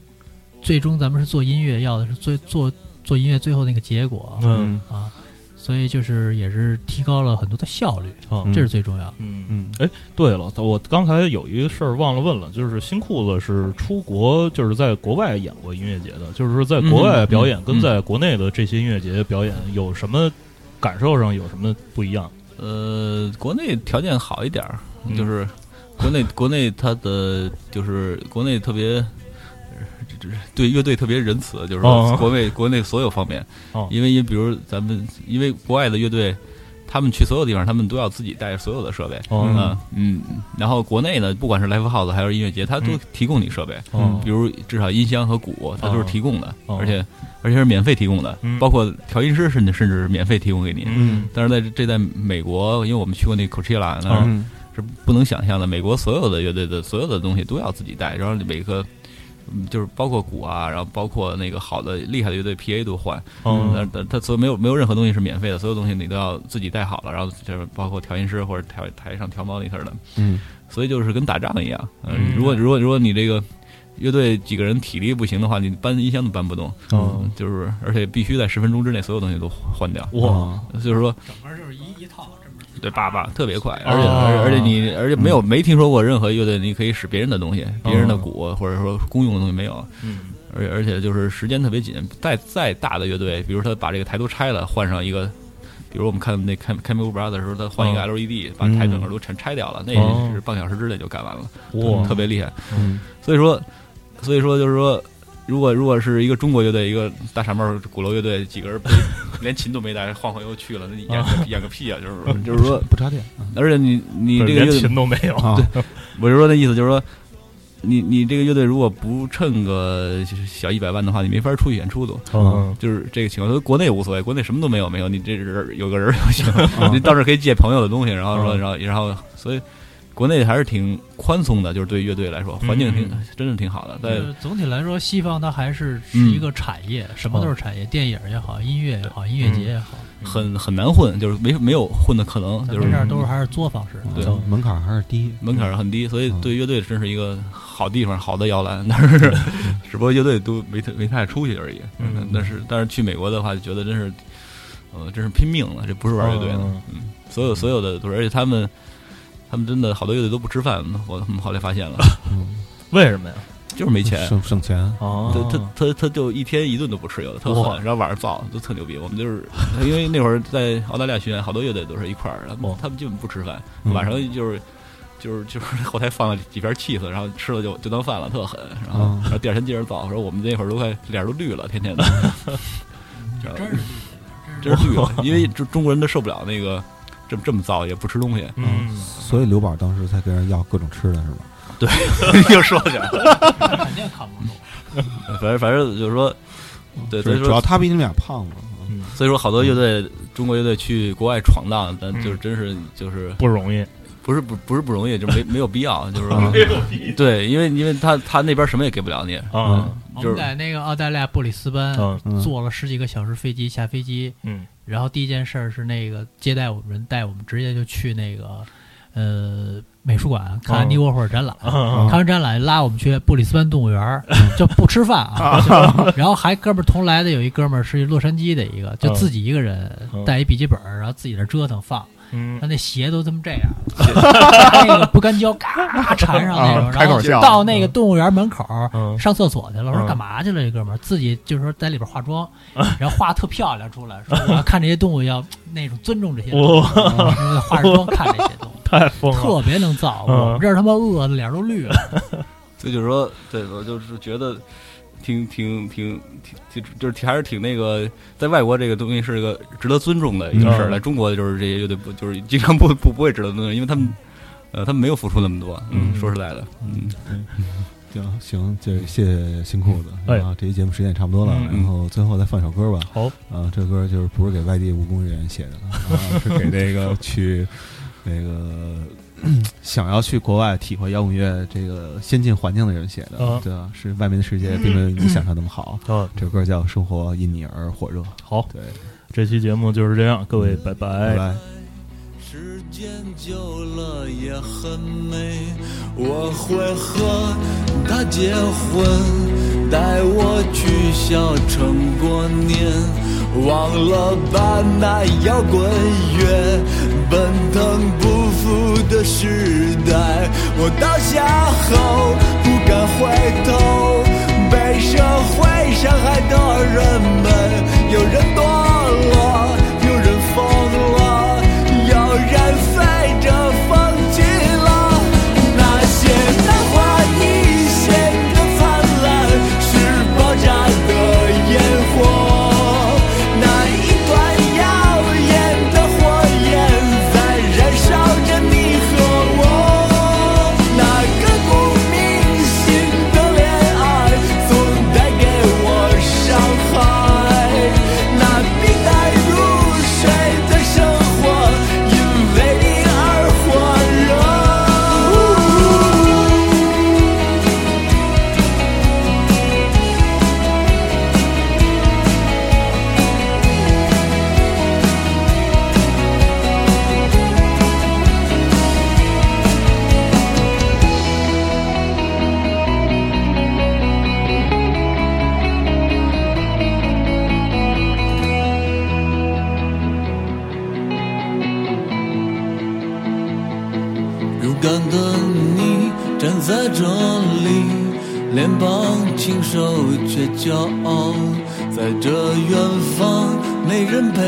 S5: 最终咱们是做音乐，要的是最做做音乐最后那个结果
S3: 嗯
S5: 啊，所以就是也是提高了很多的效率，
S3: 嗯
S5: 这是最重要的。
S3: 嗯
S2: 嗯
S3: 哎，对了，我刚才有一个事儿忘了问了，就是新裤子是出国，就是在国外演过音乐节的，就是说在国外表演
S4: 嗯
S3: 跟在国内的这些音乐节表演有什么感受上有什么不一样？
S4: 呃，国内条件好一点儿，
S3: 嗯
S4: 就是国内国内它的就是国内特别。呃这这对乐队特别仁慈，就是
S3: 哦
S4: 说国内、国内所有方面，
S3: 哦
S4: 因为因为比如咱们因为国外的乐队，他们去所有地方，他们都要自己带所有的设备，
S3: 哦
S4: 嗯嗯，然后国内呢，不管是 live house 还是音乐节，它都
S3: 嗯
S4: 提供你设备，
S3: 哦
S4: 比如至少音箱和鼓，它都是提供的，
S3: 哦
S4: 而且而且是免费提供的，
S3: 嗯
S4: 包括调音师甚至甚至是免费提供给你，
S3: 嗯啊
S4: 但是在这这在美国，因为我们去过那 Coachella，那儿
S2: 嗯
S4: 是不能想象的。美国所有的乐队的所有的东西都要自己带，然后每个嗯就是包括鼓啊，然后包括那个好的厉害的乐队 PA 都换，
S3: 哦
S4: 嗯，但它所以没有没有任何东西是免费的，所有东西你都要自己带好了，然后就是包括调音师或者调台上调 monitor 的，
S2: 嗯，
S4: 所以就是跟打仗一样。
S3: 嗯
S4: 如果如果如果你这个乐队几个人体力不行的话，你搬音箱都搬不动，嗯
S3: 哦，
S4: 就是而且必须在十分钟之内所有东西都换掉，
S3: 哇，
S4: 就是说。
S5: 整个就是一一套，这么
S4: 对，爸爸特别快，
S3: 哦嗯
S4: 而且、而且你而且没有、没听说过任何乐队你可以使别人的东西，别人的鼓、或者说公用的东西没有，
S3: 哦嗯
S4: 而且而且就是时间特别紧，再再大的乐队，比如他把这个台都拆了，换上一个。比如我们看那开开幕 b r 的时候，他换一个
S3: 哦
S4: LED，、把台整个都全拆掉了，那
S3: 哦
S4: 也是半小时之内就干完了，
S3: 哇，
S4: 特别厉害。
S3: 嗯
S4: 所以说，所以说就是说，如果如果是一个中国乐队，一个大傻帽鼓楼乐队，几个 人连琴都没带，晃晃悠悠去了，那演个、演个屁啊！就是说就是说，
S2: 不插电，
S4: 而且你你
S3: 不
S4: 这
S3: 是
S4: 个乐
S3: 连
S4: 队
S3: 琴都没有，
S2: 啊
S4: 我是说的意思就是说，你你这个乐队如果不趁个就是小一百万的话，你没法出去演出都。
S2: 啊
S3: 嗯
S4: 就是这个情况，所以国内无所谓，国内什么都没有，没有你这人有个人 就行，你到这儿可以借朋友的东西，然后说，
S3: 啊嗯
S4: 然后然后，所以国内还是挺宽松的，就是对乐队来说，
S3: 嗯
S4: 环境挺、真是挺好的。
S5: 就
S4: 在
S5: 是总体来说，西方它还是是
S4: 嗯
S5: 一个产业，什么都是
S3: 嗯
S5: 产业，电影也好，音乐也好，音乐节也好，
S4: 很很难混，就是没没有混的可能，
S5: 咱
S4: 就
S5: 们这
S4: 是
S5: 儿都是还是作坊式。
S4: 对
S2: 嗯门槛还是低，
S4: 门槛很低，所以
S3: 嗯
S4: 对乐队真是一个好地方，好的摇 篮。但是，只不过乐队都没太没太出去而已。
S3: 嗯
S4: 但是但是去美国的话，就觉得真是，呃，真是拼命了，这不是玩乐队的。
S3: 嗯
S4: 嗯，所有所有的都是，而且他们他们真的好多乐队都不吃饭，我我们后来发现了，
S3: 为什么呀？
S4: 就是没钱。
S2: 省省钱，
S3: 哦
S4: 他他他他就一天一顿都不吃，有的特
S3: 哇
S4: 狠，然后晚上造都特牛逼。我们就是因为那会儿在澳大利亚巡演，好多乐队都是一块儿，他
S3: 哇
S4: 们他们基本不吃饭，晚上就是就是就是后台放了几瓶气死，然后吃了就就当饭了，特狠。然后
S2: 嗯
S4: 然后第二天接着造，说我们那会儿都快脸都绿了，天天的，
S3: 嗯
S4: 然后真是绿了，因为中中国人都受不了那个这么这么造，也不吃东西，
S3: 嗯
S2: 所以刘宝当时才跟人要各种吃的是吧？
S4: 又说起来了。
S5: 肯定扛不住。
S4: 反正反正就是说，对，所以
S2: 主要
S4: 说
S2: 他比你们俩胖嘛，
S4: 所以说好多乐队，中国乐队去国外闯荡，但就是真是就是
S3: 不容易，
S4: 不是不不是不容易，就没没有必要，就是说对，因为因为他他那边什么也给不了你，
S3: 啊，
S5: 我
S4: 就
S5: 们
S4: 是
S5: 在那个澳大利亚布里斯班
S3: 嗯
S5: 坐了十几个小时飞机，下飞机，
S3: 嗯
S5: 然后第一件事儿是那个接待我们人带我们直接就去那个呃美术馆看
S3: 哦
S5: 安迪沃霍尔展览，
S3: 嗯
S5: 看完展览拉我们去布里斯班动物园儿，就不吃饭啊。 然后还哥们儿同来的有一哥们儿是洛杉矶的一个，就自己一个人
S3: 嗯
S5: 带一笔记本儿，然后自己在那折腾放，
S3: 嗯
S5: 他那鞋都他妈这样，拿 那个不干胶嘎缠上那种，
S8: 啊开
S5: 然
S8: 口
S5: 后
S8: 笑
S5: 到那个动物园门口儿
S3: 嗯
S5: 上厕所去了，我
S3: 嗯
S5: 说干嘛去了？这哥们儿自己就是说在里边化妆， 然后画得特漂亮出来，说我要看这些动物要那种尊重这些动物，嗯化着妆看这些 动物。
S3: 太疯了，
S5: 特别能造，
S3: 嗯
S5: 我们这儿他妈饿的脸都绿了。
S4: 所以就是说，对我就是觉得挺挺挺挺挺，就是挺还是挺那个，在外国这个东西是一个值得尊重的一个事儿，
S3: 嗯
S4: 在中国就是这些乐队不就是经常不不不会值得尊重，因为他们呃他们没有付出那么多，
S3: 嗯
S4: 说实在的，嗯，
S7: 行行，这谢谢新裤子。
S3: 哎
S7: 啊，这期节目时间也差不多了，
S3: 嗯嗯
S7: 然后最后再放首歌吧。
S3: 好，
S7: 啊，这歌就是不是给外地务工人员写的了，啊，是给那 个去那个 想要去国外体会摇滚乐这个先进环境的人写的。
S3: 嗯
S7: 对啊，是外面的世界并没有你想象那么好。
S3: 嗯，
S7: 这首歌叫《生活因你而火热》。
S3: 好，
S7: 对，
S3: 这期节目就是这样，各位拜拜
S7: 拜。拜。
S6: 时间久了也很美，我会和她结婚，带我去小城过年，忘了把那摇滚乐奔腾不复的时代，我倒下后不敢回头。被社会伤害的人们，有人堕落，有人疯了，有人随着风去了。那些昙花一现的灿烂，是爆炸的烟火。那一团耀眼的火焰，在燃烧着你和我。那刻骨铭心的恋爱，总带给我伤害。那冰淡如水的生活，因为你而火热。勇敢的你站在这里，脸庞清瘦却骄傲，在这远方没人陪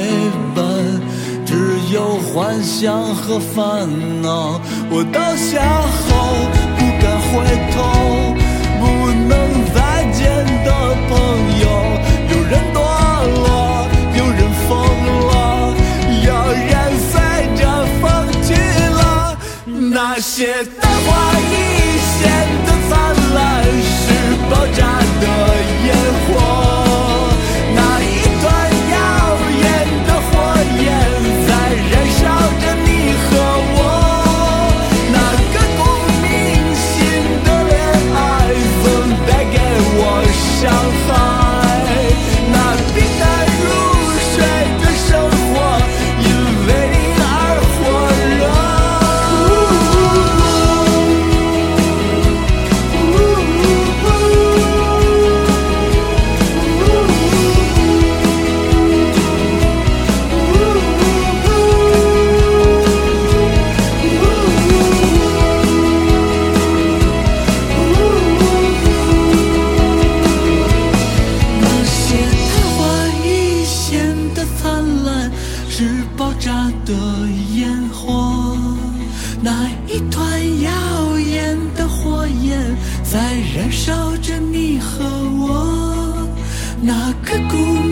S6: 伴，只有幻想和烦恼。我倒下后不敢回头，不能再见的朋友，有人堕落，有人疯了，有人随着风去了。那些昙花一现的灿烂，是爆炸的烟火。那一团耀眼的火焰，在燃烧着你和我。那刻骨铭心的恋爱，总带给我伤害。那平淡如水的生活，因为你而火热。那些昙花一现的灿烂，是爆炸的烟火。那一团耀眼的火焰，在燃烧着你和我。那刻骨